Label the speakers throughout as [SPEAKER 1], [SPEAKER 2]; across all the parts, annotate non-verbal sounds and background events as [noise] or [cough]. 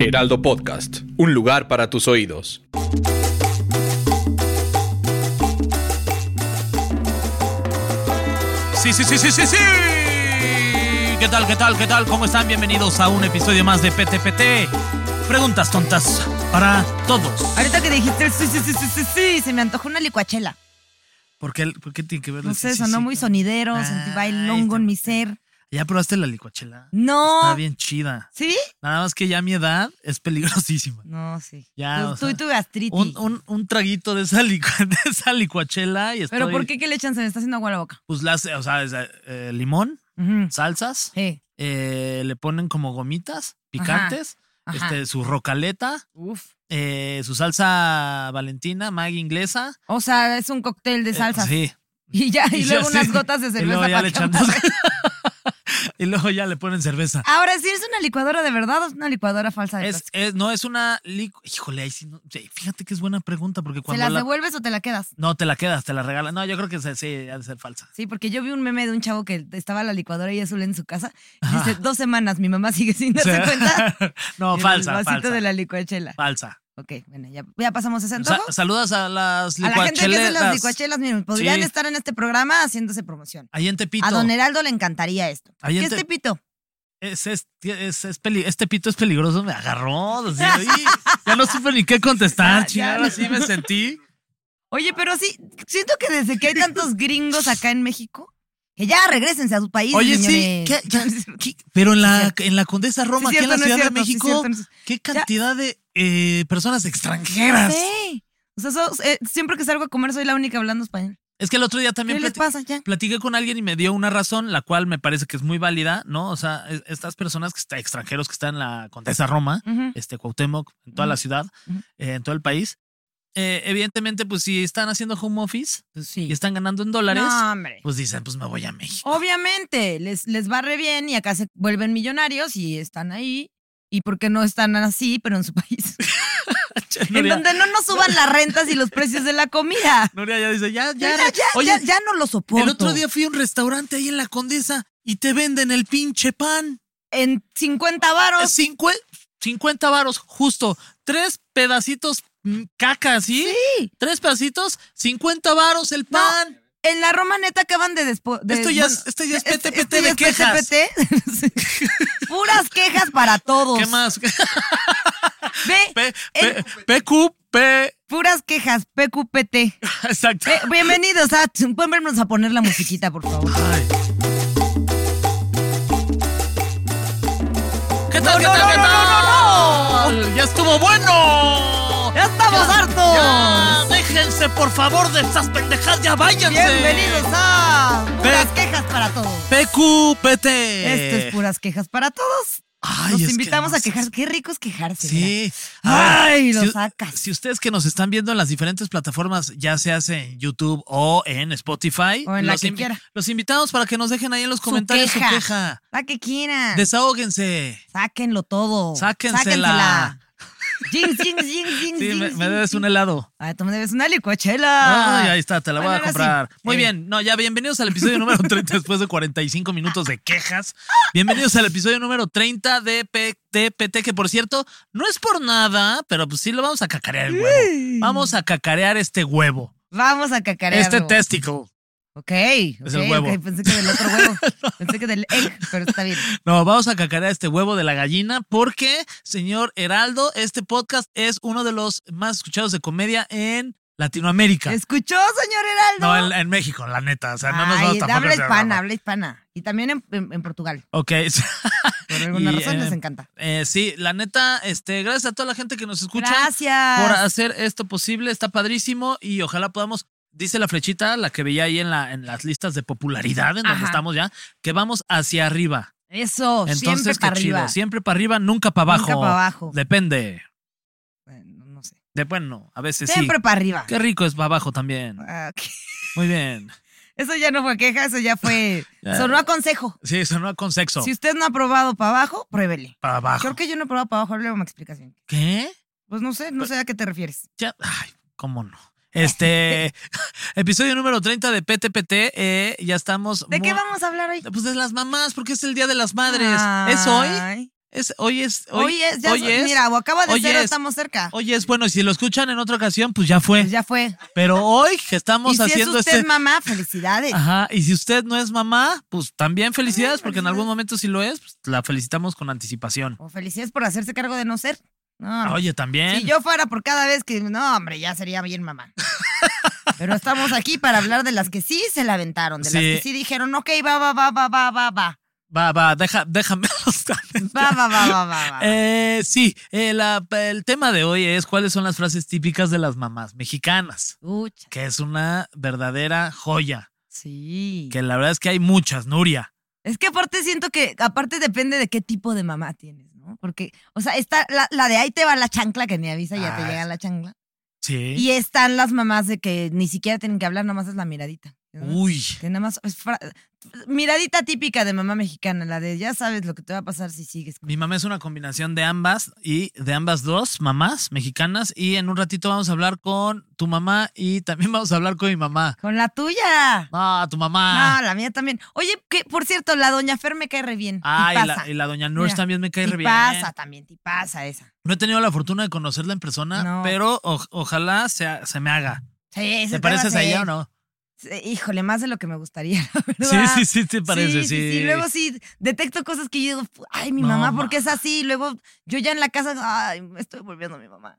[SPEAKER 1] Heraldo Podcast, un lugar para tus oídos.
[SPEAKER 2] Sí, sí, sí, sí, sí, sí. ¿Qué tal, qué tal, qué tal? ¿Cómo están? Bienvenidos a un episodio más de PTPT. Preguntas tontas para todos.
[SPEAKER 3] Ahorita que dijiste sí, sí, sí, sí, sí, sí, se me antojó una licuachela.
[SPEAKER 2] ¿Por qué, por qué tiene que ver
[SPEAKER 3] No
[SPEAKER 2] el
[SPEAKER 3] sé,
[SPEAKER 2] sí, sí,
[SPEAKER 3] sonó
[SPEAKER 2] sí?
[SPEAKER 3] muy sonidero,
[SPEAKER 2] Ah,
[SPEAKER 3] sentí bailongo en mi ser.
[SPEAKER 2] ¿Ya probaste la licuachela?
[SPEAKER 3] No.
[SPEAKER 2] Está bien chida.
[SPEAKER 3] ¿Sí?
[SPEAKER 2] Nada más que ya mi edad es peligrosísima.
[SPEAKER 3] No, sí.
[SPEAKER 2] Ya,
[SPEAKER 3] tú,
[SPEAKER 2] o
[SPEAKER 3] tú
[SPEAKER 2] sea,
[SPEAKER 3] y tu gastritis.
[SPEAKER 2] Un, un- un traguito de esa, licua- [laughs] de esa licuachela y estoy...
[SPEAKER 3] ¿Pero por qué qué le echan? Se me está haciendo agua la boca.
[SPEAKER 2] Pues las, o sea, es, eh, limón,
[SPEAKER 3] Ujú.
[SPEAKER 2] salsas,
[SPEAKER 3] Sí.
[SPEAKER 2] eh, le ponen como gomitas picantes,
[SPEAKER 3] Ajá.
[SPEAKER 2] este, su rocaleta,
[SPEAKER 3] Uf.
[SPEAKER 2] eh, su salsa valentina, Maggi inglesa.
[SPEAKER 3] O sea, es un cóctel de
[SPEAKER 2] Eh,
[SPEAKER 3] salsa.
[SPEAKER 2] sí.
[SPEAKER 3] [laughs] Y ya, y,
[SPEAKER 2] ya
[SPEAKER 3] luego
[SPEAKER 2] sí.
[SPEAKER 3] unas gotas de
[SPEAKER 2] Y luego
[SPEAKER 3] cerveza
[SPEAKER 2] ya
[SPEAKER 3] para
[SPEAKER 2] le
[SPEAKER 3] que
[SPEAKER 2] [laughs] echan-
[SPEAKER 3] amarre.
[SPEAKER 2] y luego ya le ponen cerveza.
[SPEAKER 3] Ahora, ¿sí es una licuadora de verdad o es una licuadora falsa de
[SPEAKER 2] Es,
[SPEAKER 3] plástico?
[SPEAKER 2] es- no es una licu- Híjole, ahí sí no- sí, Fíjate que es buena pregunta porque
[SPEAKER 3] ¿Se
[SPEAKER 2] cuando
[SPEAKER 3] las
[SPEAKER 2] la-
[SPEAKER 3] devuelves o te la quedas?
[SPEAKER 2] no te la quedas, te la regalan. No, yo creo que se- sí, ha de ser falsa.
[SPEAKER 3] Sí, porque yo vi un meme de un chavo que estaba la licuadora y azul en su casa. Y dice, dos semanas, mi mamá sigue
[SPEAKER 2] [laughs]
[SPEAKER 3] sin
[SPEAKER 2] O
[SPEAKER 3] darse
[SPEAKER 2] sea,
[SPEAKER 3] cuenta.
[SPEAKER 2] no,
[SPEAKER 3] del
[SPEAKER 2] falsa,
[SPEAKER 3] vasito
[SPEAKER 2] falsa.
[SPEAKER 3] de la licuachela.
[SPEAKER 2] Falsa.
[SPEAKER 3] Ok, bueno, ya, ya pasamos ese
[SPEAKER 2] Sa-
[SPEAKER 3] antojo.
[SPEAKER 2] saludas a las
[SPEAKER 3] A la gente que hace las
[SPEAKER 2] licuacheleras.
[SPEAKER 3] licuachelas, miren, podrían
[SPEAKER 2] Sí.
[SPEAKER 3] estar en este programa haciéndose promoción.
[SPEAKER 2] Ahí en Tepito.
[SPEAKER 3] A don Heraldo le encantaría esto.
[SPEAKER 2] Ahí
[SPEAKER 3] ¿Qué
[SPEAKER 2] en
[SPEAKER 3] es
[SPEAKER 2] te-
[SPEAKER 3] Tepito?
[SPEAKER 2] Es, es- es- es peli- este pito es peligroso, me agarró. o sea, y ya no supe ni qué contestar,
[SPEAKER 3] [laughs] Ya, ya.
[SPEAKER 2] chingada, así me sentí.
[SPEAKER 3] Oye, pero sí, siento que desde
[SPEAKER 2] [laughs]
[SPEAKER 3] que hay tantos gringos acá en México, que ya regresense a su país,
[SPEAKER 2] Oye, sí,
[SPEAKER 3] señores. [laughs]
[SPEAKER 2] ¿qué- ya-
[SPEAKER 3] No es cierto.
[SPEAKER 2] qué- pero en
[SPEAKER 3] Sí,
[SPEAKER 2] la,
[SPEAKER 3] cierto.
[SPEAKER 2] en la Condesa Roma,
[SPEAKER 3] Sí,
[SPEAKER 2] aquí
[SPEAKER 3] cierto,
[SPEAKER 2] en la
[SPEAKER 3] no es
[SPEAKER 2] Ciudad de
[SPEAKER 3] cierto, sí,
[SPEAKER 2] México,
[SPEAKER 3] cierto, no es-
[SPEAKER 2] qué cantidad de eh, personas extranjeras.
[SPEAKER 3] Sí. O sea, so- eh, siempre que salgo a comer soy la única hablando español.
[SPEAKER 2] Es que el otro día
[SPEAKER 3] ¿Qué
[SPEAKER 2] también
[SPEAKER 3] les
[SPEAKER 2] plati-
[SPEAKER 3] pasa ya?
[SPEAKER 2] platiqué con alguien y me dio una razón, la cual me parece que es muy válida, ¿no? O sea, es- estas personas que está, extranjeros que están en la Condesa Roma,
[SPEAKER 3] Ujú.
[SPEAKER 2] este Cuauhtémoc, en toda la
[SPEAKER 3] Ujú.
[SPEAKER 2] ciudad,
[SPEAKER 3] Ujú.
[SPEAKER 2] eh, en todo el país. eh, evidentemente, pues si están haciendo home office
[SPEAKER 3] Pues sí.
[SPEAKER 2] y están ganando en dólares,
[SPEAKER 3] No, hombre.
[SPEAKER 2] pues dicen, pues me voy a México.
[SPEAKER 3] Obviamente, les, les va re bien y acá se vuelven millonarios y están ahí. ¿Y por qué no están así, pero en su [laughs]
[SPEAKER 2] [laughs]
[SPEAKER 3] país? [laughs] en
[SPEAKER 2] Nuria,
[SPEAKER 3] donde no nos suban las rentas y los precios de la comida.
[SPEAKER 2] Nuria ya dice, [laughs] ya, ya.
[SPEAKER 3] Ya, ya,
[SPEAKER 2] oye,
[SPEAKER 3] ya- ya no lo soporto.
[SPEAKER 2] el otro día fui a un restaurante ahí en la Condesa y te venden el pinche pan.
[SPEAKER 3] En 50 varos.
[SPEAKER 2] Cincue- 50 varos, justo. Tres pedacitos mm, caca, ¿sí?
[SPEAKER 3] Sí.
[SPEAKER 2] Tres pedacitos, 50 varos el
[SPEAKER 3] No,
[SPEAKER 2] pan.
[SPEAKER 3] En la Roma neta acaban de después.
[SPEAKER 2] Esto ya es- esto ya es PTPT de quejas.
[SPEAKER 3] [laughs]
[SPEAKER 2] [laughs]
[SPEAKER 3] Puras quejas para todos.
[SPEAKER 2] ¿Qué más? [laughs]
[SPEAKER 3] Ve,
[SPEAKER 2] P-
[SPEAKER 3] El-
[SPEAKER 2] P- PQP.
[SPEAKER 3] puras quejas, PQPT.
[SPEAKER 2] [laughs] Exacto.
[SPEAKER 3] Ve- Eh, bienvenidos a. Pónganos a poner la musiquita, por favor.
[SPEAKER 2] Ay. ¿Qué tal?
[SPEAKER 3] no,
[SPEAKER 2] ¿Qué tal?
[SPEAKER 3] no,
[SPEAKER 2] ¿Qué
[SPEAKER 3] no, no,
[SPEAKER 2] tal? ¡Ya estuvo bueno!
[SPEAKER 3] ¡Ya estamos
[SPEAKER 2] Ya,
[SPEAKER 3] hartos!
[SPEAKER 2] ya, ¡Déjense, por favor, de estas pendejadas! ¡Ya váyanse!
[SPEAKER 3] Bienvenidos a
[SPEAKER 2] Ve-
[SPEAKER 3] Puras Quejas para Todos. Esto
[SPEAKER 2] PQPT.
[SPEAKER 3] Este es Puras Quejas para Todos.
[SPEAKER 2] Ay,
[SPEAKER 3] Nos
[SPEAKER 2] es que
[SPEAKER 3] invitamos
[SPEAKER 2] no
[SPEAKER 3] a
[SPEAKER 2] sé.
[SPEAKER 3] quejarse. Qué rico es quejarse. mira.
[SPEAKER 2] Sí. A ver,
[SPEAKER 3] Ay, lo
[SPEAKER 2] si-
[SPEAKER 3] sacas.
[SPEAKER 2] Si ustedes que nos están viendo en las diferentes plataformas, ya se hace en YouTube o en Spotify,
[SPEAKER 3] O en la
[SPEAKER 2] los,
[SPEAKER 3] que
[SPEAKER 2] invi-
[SPEAKER 3] quiera.
[SPEAKER 2] los invitamos para que nos dejen ahí en los
[SPEAKER 3] Su
[SPEAKER 2] comentarios
[SPEAKER 3] queja.
[SPEAKER 2] su queja.
[SPEAKER 3] La que quieran.
[SPEAKER 2] Desahóguense.
[SPEAKER 3] Sáquenlo todo.
[SPEAKER 2] Sáquensela. [laughs]
[SPEAKER 3] Jing, jing, jing, jing,
[SPEAKER 2] Sí,
[SPEAKER 3] jing,
[SPEAKER 2] me, me
[SPEAKER 3] jing,
[SPEAKER 2] debes
[SPEAKER 3] jing.
[SPEAKER 2] un helado.
[SPEAKER 3] Ay, tú me debes una licuachela.
[SPEAKER 2] Ay, ahí está, te la voy
[SPEAKER 3] Ah. Bueno,
[SPEAKER 2] a
[SPEAKER 3] ahora sí.
[SPEAKER 2] comprar. Muy
[SPEAKER 3] Sí.
[SPEAKER 2] bien, no, ya bienvenidos al episodio
[SPEAKER 3] [laughs]
[SPEAKER 2] número 30 después de 45 minutos de quejas. Bienvenidos al episodio número 30 de PTPT, que por cierto, no es por nada, pero pues sí lo vamos a cacarear el huevo. Vamos a cacarear este huevo.
[SPEAKER 3] Vamos a cacarear.
[SPEAKER 2] Este testicle.
[SPEAKER 3] Ok. Es
[SPEAKER 2] el huevo.
[SPEAKER 3] Pensé que del otro
[SPEAKER 2] [laughs]
[SPEAKER 3] huevo. Pensé que del egg, pero está bien.
[SPEAKER 2] No, vamos a cacarear este huevo de la gallina porque, señor Heraldo, este podcast es uno de los más escuchados de comedia en Latinoamérica.
[SPEAKER 3] ¿Escuchó, señor Heraldo?
[SPEAKER 2] No, en, en México, la neta. O sea, no nos
[SPEAKER 3] Ay,
[SPEAKER 2] vamos tampoco
[SPEAKER 3] habla
[SPEAKER 2] a hacer
[SPEAKER 3] hispana,
[SPEAKER 2] drama.
[SPEAKER 3] habla hispana. Y también en, en- en Portugal.
[SPEAKER 2] Ok. [laughs]
[SPEAKER 3] Por alguna
[SPEAKER 2] Y,
[SPEAKER 3] razón
[SPEAKER 2] eh,
[SPEAKER 3] les encanta.
[SPEAKER 2] eh, sí, la neta, este, gracias a toda la gente que nos escucha
[SPEAKER 3] Gracias.
[SPEAKER 2] por hacer esto posible. Está padrísimo y ojalá podamos. Dice la flechita, la que veía ahí en, la, en las listas de popularidad, en donde
[SPEAKER 3] Ajá.
[SPEAKER 2] estamos ya, que vamos hacia arriba.
[SPEAKER 3] Eso, siempre
[SPEAKER 2] Entonces, qué
[SPEAKER 3] para
[SPEAKER 2] chido.
[SPEAKER 3] arriba.
[SPEAKER 2] Siempre para arriba, nunca para abajo.
[SPEAKER 3] Nunca para abajo.
[SPEAKER 2] Depende.
[SPEAKER 3] Bueno, no sé.
[SPEAKER 2] De, bueno, a veces
[SPEAKER 3] Siempre
[SPEAKER 2] sí.
[SPEAKER 3] para arriba.
[SPEAKER 2] Qué rico es para abajo también.
[SPEAKER 3] Ah, [laughs] ok.
[SPEAKER 2] Muy bien.
[SPEAKER 3] Eso ya no fue queja, eso ya fue.
[SPEAKER 2] [laughs] Ya.
[SPEAKER 3] Sonó a consejo.
[SPEAKER 2] Sí, sonó con sexo.
[SPEAKER 3] Si usted no ha probado para abajo, pruébele.
[SPEAKER 2] para abajo.
[SPEAKER 3] Creo que yo no he probado para abajo, luego me explicas bien.
[SPEAKER 2] ¿Qué?
[SPEAKER 3] Pues no sé, no sé a qué te refieres.
[SPEAKER 2] Ya, ay, cómo no.
[SPEAKER 3] [laughs]
[SPEAKER 2] Este, episodio número 30 de PTPT, eh, ya estamos.
[SPEAKER 3] ¿De qué
[SPEAKER 2] muy-
[SPEAKER 3] vamos a hablar hoy?
[SPEAKER 2] Pues de las mamás, porque es el Día de las Madres. ¿Es hoy?
[SPEAKER 3] Ay.
[SPEAKER 2] ¿Es, hoy es,
[SPEAKER 3] Hoy,
[SPEAKER 2] hoy,
[SPEAKER 3] es, ya
[SPEAKER 2] hoy
[SPEAKER 3] so- Mira, o acaba de
[SPEAKER 2] hoy
[SPEAKER 3] ser o
[SPEAKER 2] es.
[SPEAKER 3] estamos cerca.
[SPEAKER 2] Hoy es, bueno, y si lo escuchan en otra ocasión, pues ya fue.
[SPEAKER 3] Pues ya fue.
[SPEAKER 2] Pero hoy que estamos
[SPEAKER 3] Y si es
[SPEAKER 2] haciendo
[SPEAKER 3] usted
[SPEAKER 2] este. Ah.
[SPEAKER 3] mamá, felicidades.
[SPEAKER 2] Ajá, y si usted no es mamá, pues también felicidades, porque en algún momento si lo es, pues, la felicitamos con anticipación.
[SPEAKER 3] O felicidades por hacerse cargo de no ser. No, no.
[SPEAKER 2] Oye, también.
[SPEAKER 3] Si Ah. yo fuera por cada vez que. No, hombre, ya sería bien
[SPEAKER 2] [laughs]
[SPEAKER 3] mamá. Pero estamos aquí para hablar de las que sí se la aventaron, de las
[SPEAKER 2] Sí.
[SPEAKER 3] que sí dijeron, ok, va, va, va, va, va, va, va.
[SPEAKER 2] Va, va, deja, déjame. [laughs]
[SPEAKER 3] Va, va, va, va, va. va.
[SPEAKER 2] Eh, sí, eh, la- el tema de hoy es cuáles son las frases típicas de las mamás mexicanas,
[SPEAKER 3] Ucha,
[SPEAKER 2] que es una verdadera joya,
[SPEAKER 3] sí.
[SPEAKER 2] que la verdad es que hay muchas, Nuria.
[SPEAKER 3] Es que aparte siento que, aparte depende de qué tipo de mamá tienes, ¿no? Porque, o sea, está la, la de ahí te va la chancla que ni avisa, ya te
[SPEAKER 2] Ah,
[SPEAKER 3] llega la chancla.
[SPEAKER 2] Sí.
[SPEAKER 3] Y están las mamás de que ni siquiera tienen que hablar, nada más es la miradita. ¿no?
[SPEAKER 2] Uy,
[SPEAKER 3] Que nada más. es fra- miradita típica de mamá mexicana, la de ya sabes lo que te va a pasar si sigues.
[SPEAKER 2] mi mamá es una combinación de ambas y de ambas dos mamás mexicanas y en un ratito vamos a hablar con tu mamá y también [laughs] vamos a hablar con mi mamá.
[SPEAKER 3] Con la tuya.
[SPEAKER 2] No, tu mamá.
[SPEAKER 3] No, la mía también. Oye, que por cierto, la doña Fer me cae re bien.
[SPEAKER 2] Ah, y
[SPEAKER 3] Tipaza.
[SPEAKER 2] la, y la doña Nurse
[SPEAKER 3] Mira,
[SPEAKER 2] también me cae re bien.
[SPEAKER 3] Tipaza también, te pasa esa.
[SPEAKER 2] No he tenido la fortuna de conocerla en persona,
[SPEAKER 3] No.
[SPEAKER 2] pero o- ojalá sea- se me haga.
[SPEAKER 3] Sí, se
[SPEAKER 2] ¿Te pareces a
[SPEAKER 3] hacer.
[SPEAKER 2] ella o no?
[SPEAKER 3] Sí, Híjole, más de lo que me gustaría, [laughs] la
[SPEAKER 2] Sí,
[SPEAKER 3] verdad.
[SPEAKER 2] sí, sí, te parece, sí.
[SPEAKER 3] Sí, sí, Luego sí, detecto cosas que yo digo, ay, mi
[SPEAKER 2] No,
[SPEAKER 3] mamá,
[SPEAKER 2] ma.
[SPEAKER 3] ¿por qué es así? Luego yo ya en la casa, ay, me estoy volviendo mi mamá.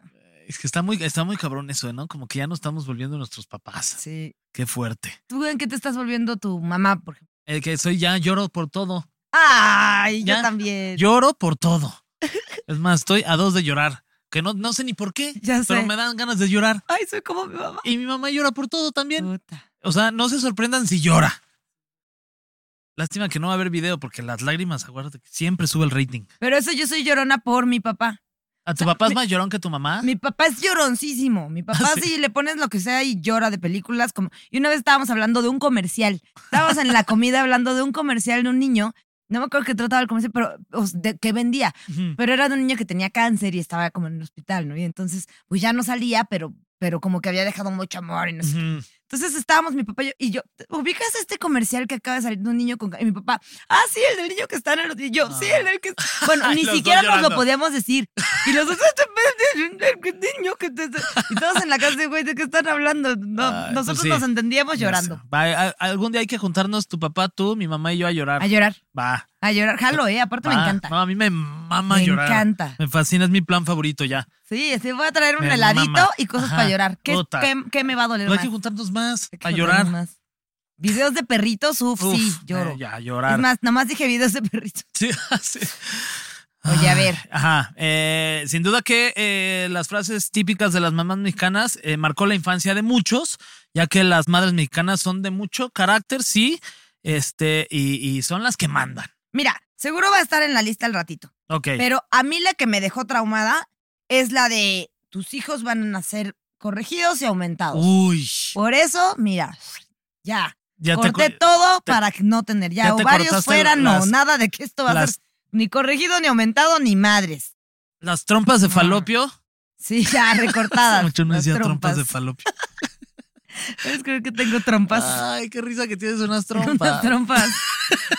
[SPEAKER 2] Es que está muy, está muy cabrón eso, ¿eh? ¿no? Como que ya nos estamos volviendo nuestros papás.
[SPEAKER 3] Sí.
[SPEAKER 2] Qué fuerte.
[SPEAKER 3] ¿Tú en qué te estás volviendo tu mamá, por ejemplo?
[SPEAKER 2] El que soy ya lloro por todo.
[SPEAKER 3] Ay, yo
[SPEAKER 2] Ya.
[SPEAKER 3] también.
[SPEAKER 2] Lloro por
[SPEAKER 3] [laughs]
[SPEAKER 2] todo. Es más, estoy a dos de llorar. Que no, no sé ni por qué,
[SPEAKER 3] Ya sé.
[SPEAKER 2] pero me dan ganas de llorar.
[SPEAKER 3] Ay, soy como mi mamá.
[SPEAKER 2] Y mi mamá llora por todo también.
[SPEAKER 3] Puta.
[SPEAKER 2] O sea, no se sorprendan si llora. Lástima que no va a haber video porque las lágrimas, acuérdate, que siempre sube el rating.
[SPEAKER 3] Pero eso yo soy llorona por mi papá.
[SPEAKER 2] ¿A tu papá es más llorón que tu mamá?
[SPEAKER 3] Ah, Mi papá es lloroncísimo. Mi papá
[SPEAKER 2] sí?
[SPEAKER 3] sí le pones lo que sea y llora de películas. Como... Y una vez estábamos hablando de un comercial. Estábamos en la comida hablando de un comercial de un niño. No me acuerdo qué trataba el comercial, pero o sea, de, que vendía.
[SPEAKER 2] Ujú.
[SPEAKER 3] Pero era de un niño que tenía cáncer y estaba como en el hospital, ¿no? Y entonces, pues ya no salía, pero, pero como que había dejado mucho amor y no sé.
[SPEAKER 2] Ujú.
[SPEAKER 3] Entonces estábamos mi papá y yo, y yo, ¿ubicas este comercial que acaba de salir de un niño con... ca-?" Y mi papá, ah, sí, el del niño que está en el... Y yo, sí, el del que... Bueno,
[SPEAKER 2] Ah. [laughs] Ay,
[SPEAKER 3] ni
[SPEAKER 2] los dos
[SPEAKER 3] siquiera nos lo
[SPEAKER 2] llorando.
[SPEAKER 3] podíamos decir. Y los "Ah, este otros, el niño que... te- Y todos en la casa de güey, ¿de qué están hablando? No,
[SPEAKER 2] Ay, pues
[SPEAKER 3] nosotros
[SPEAKER 2] sí.
[SPEAKER 3] nos entendíamos llorando.
[SPEAKER 2] Ya sé. Va, a- algún día hay que juntarnos tu papá, tú, mi mamá y yo a llorar.
[SPEAKER 3] A llorar,
[SPEAKER 2] Va.
[SPEAKER 3] a llorar. Jalo, ¿eh? Aparte me
[SPEAKER 2] va.
[SPEAKER 3] encanta.
[SPEAKER 2] No, a mí me mama
[SPEAKER 3] me
[SPEAKER 2] llorar.
[SPEAKER 3] encanta.
[SPEAKER 2] Me fascina, es mi plan favorito ya.
[SPEAKER 3] Sí, sí, voy a traer un
[SPEAKER 2] Me
[SPEAKER 3] heladito
[SPEAKER 2] mama.
[SPEAKER 3] y cosas
[SPEAKER 2] Ajá,
[SPEAKER 3] para llorar. ¿Qué,
[SPEAKER 2] puta.
[SPEAKER 3] qué, qué me va a doler
[SPEAKER 2] Pero hay
[SPEAKER 3] más?
[SPEAKER 2] que juntarnos más
[SPEAKER 3] Hay que
[SPEAKER 2] a
[SPEAKER 3] juntarnos
[SPEAKER 2] llorar.
[SPEAKER 3] más. Videos de perritos, uf,
[SPEAKER 2] Uf,
[SPEAKER 3] sí, lloro.
[SPEAKER 2] eh, ya, a
[SPEAKER 3] es
[SPEAKER 2] llorar.
[SPEAKER 3] más, nomás dije videos de perritos.
[SPEAKER 2] [laughs] Sí, ah, sí.
[SPEAKER 3] Oye, a ver.
[SPEAKER 2] Ajá. eh, sin duda que eh, las frases típicas de las mamás mexicanas eh, marcó la infancia de muchos, ya que las madres mexicanas son de mucho carácter, sí, este, y, y son las que mandan.
[SPEAKER 3] Mira, seguro va a estar en la lista al ratito.
[SPEAKER 2] Ok.
[SPEAKER 3] Pero a mí la que me dejó traumada es la de tus hijos van a nacer corregidos y aumentados.
[SPEAKER 2] Uy.
[SPEAKER 3] Por eso, mira, ya.
[SPEAKER 2] Ya te
[SPEAKER 3] corté
[SPEAKER 2] cu-
[SPEAKER 3] todo
[SPEAKER 2] te-
[SPEAKER 3] para que no tener ya,
[SPEAKER 2] ya te
[SPEAKER 3] ovarios
[SPEAKER 2] cortaste
[SPEAKER 3] fuera, no,
[SPEAKER 2] las-
[SPEAKER 3] nada de que esto va a
[SPEAKER 2] las-
[SPEAKER 3] ser ni corregido, ni aumentado, ni madres.
[SPEAKER 2] Las trompas de
[SPEAKER 3] No.
[SPEAKER 2] falopio.
[SPEAKER 3] Sí,
[SPEAKER 2] [laughs]
[SPEAKER 3] ya recortadas.
[SPEAKER 2] Mucho no
[SPEAKER 3] las
[SPEAKER 2] decía trompas de falopio.
[SPEAKER 3] ¿Sabes? Creo que tengo trompas.
[SPEAKER 2] Ay, qué risa que tienes
[SPEAKER 3] [laughs]
[SPEAKER 2] unas
[SPEAKER 3] Tengo
[SPEAKER 2] Ah,
[SPEAKER 3] Unas
[SPEAKER 2] trompas.
[SPEAKER 3] trompas.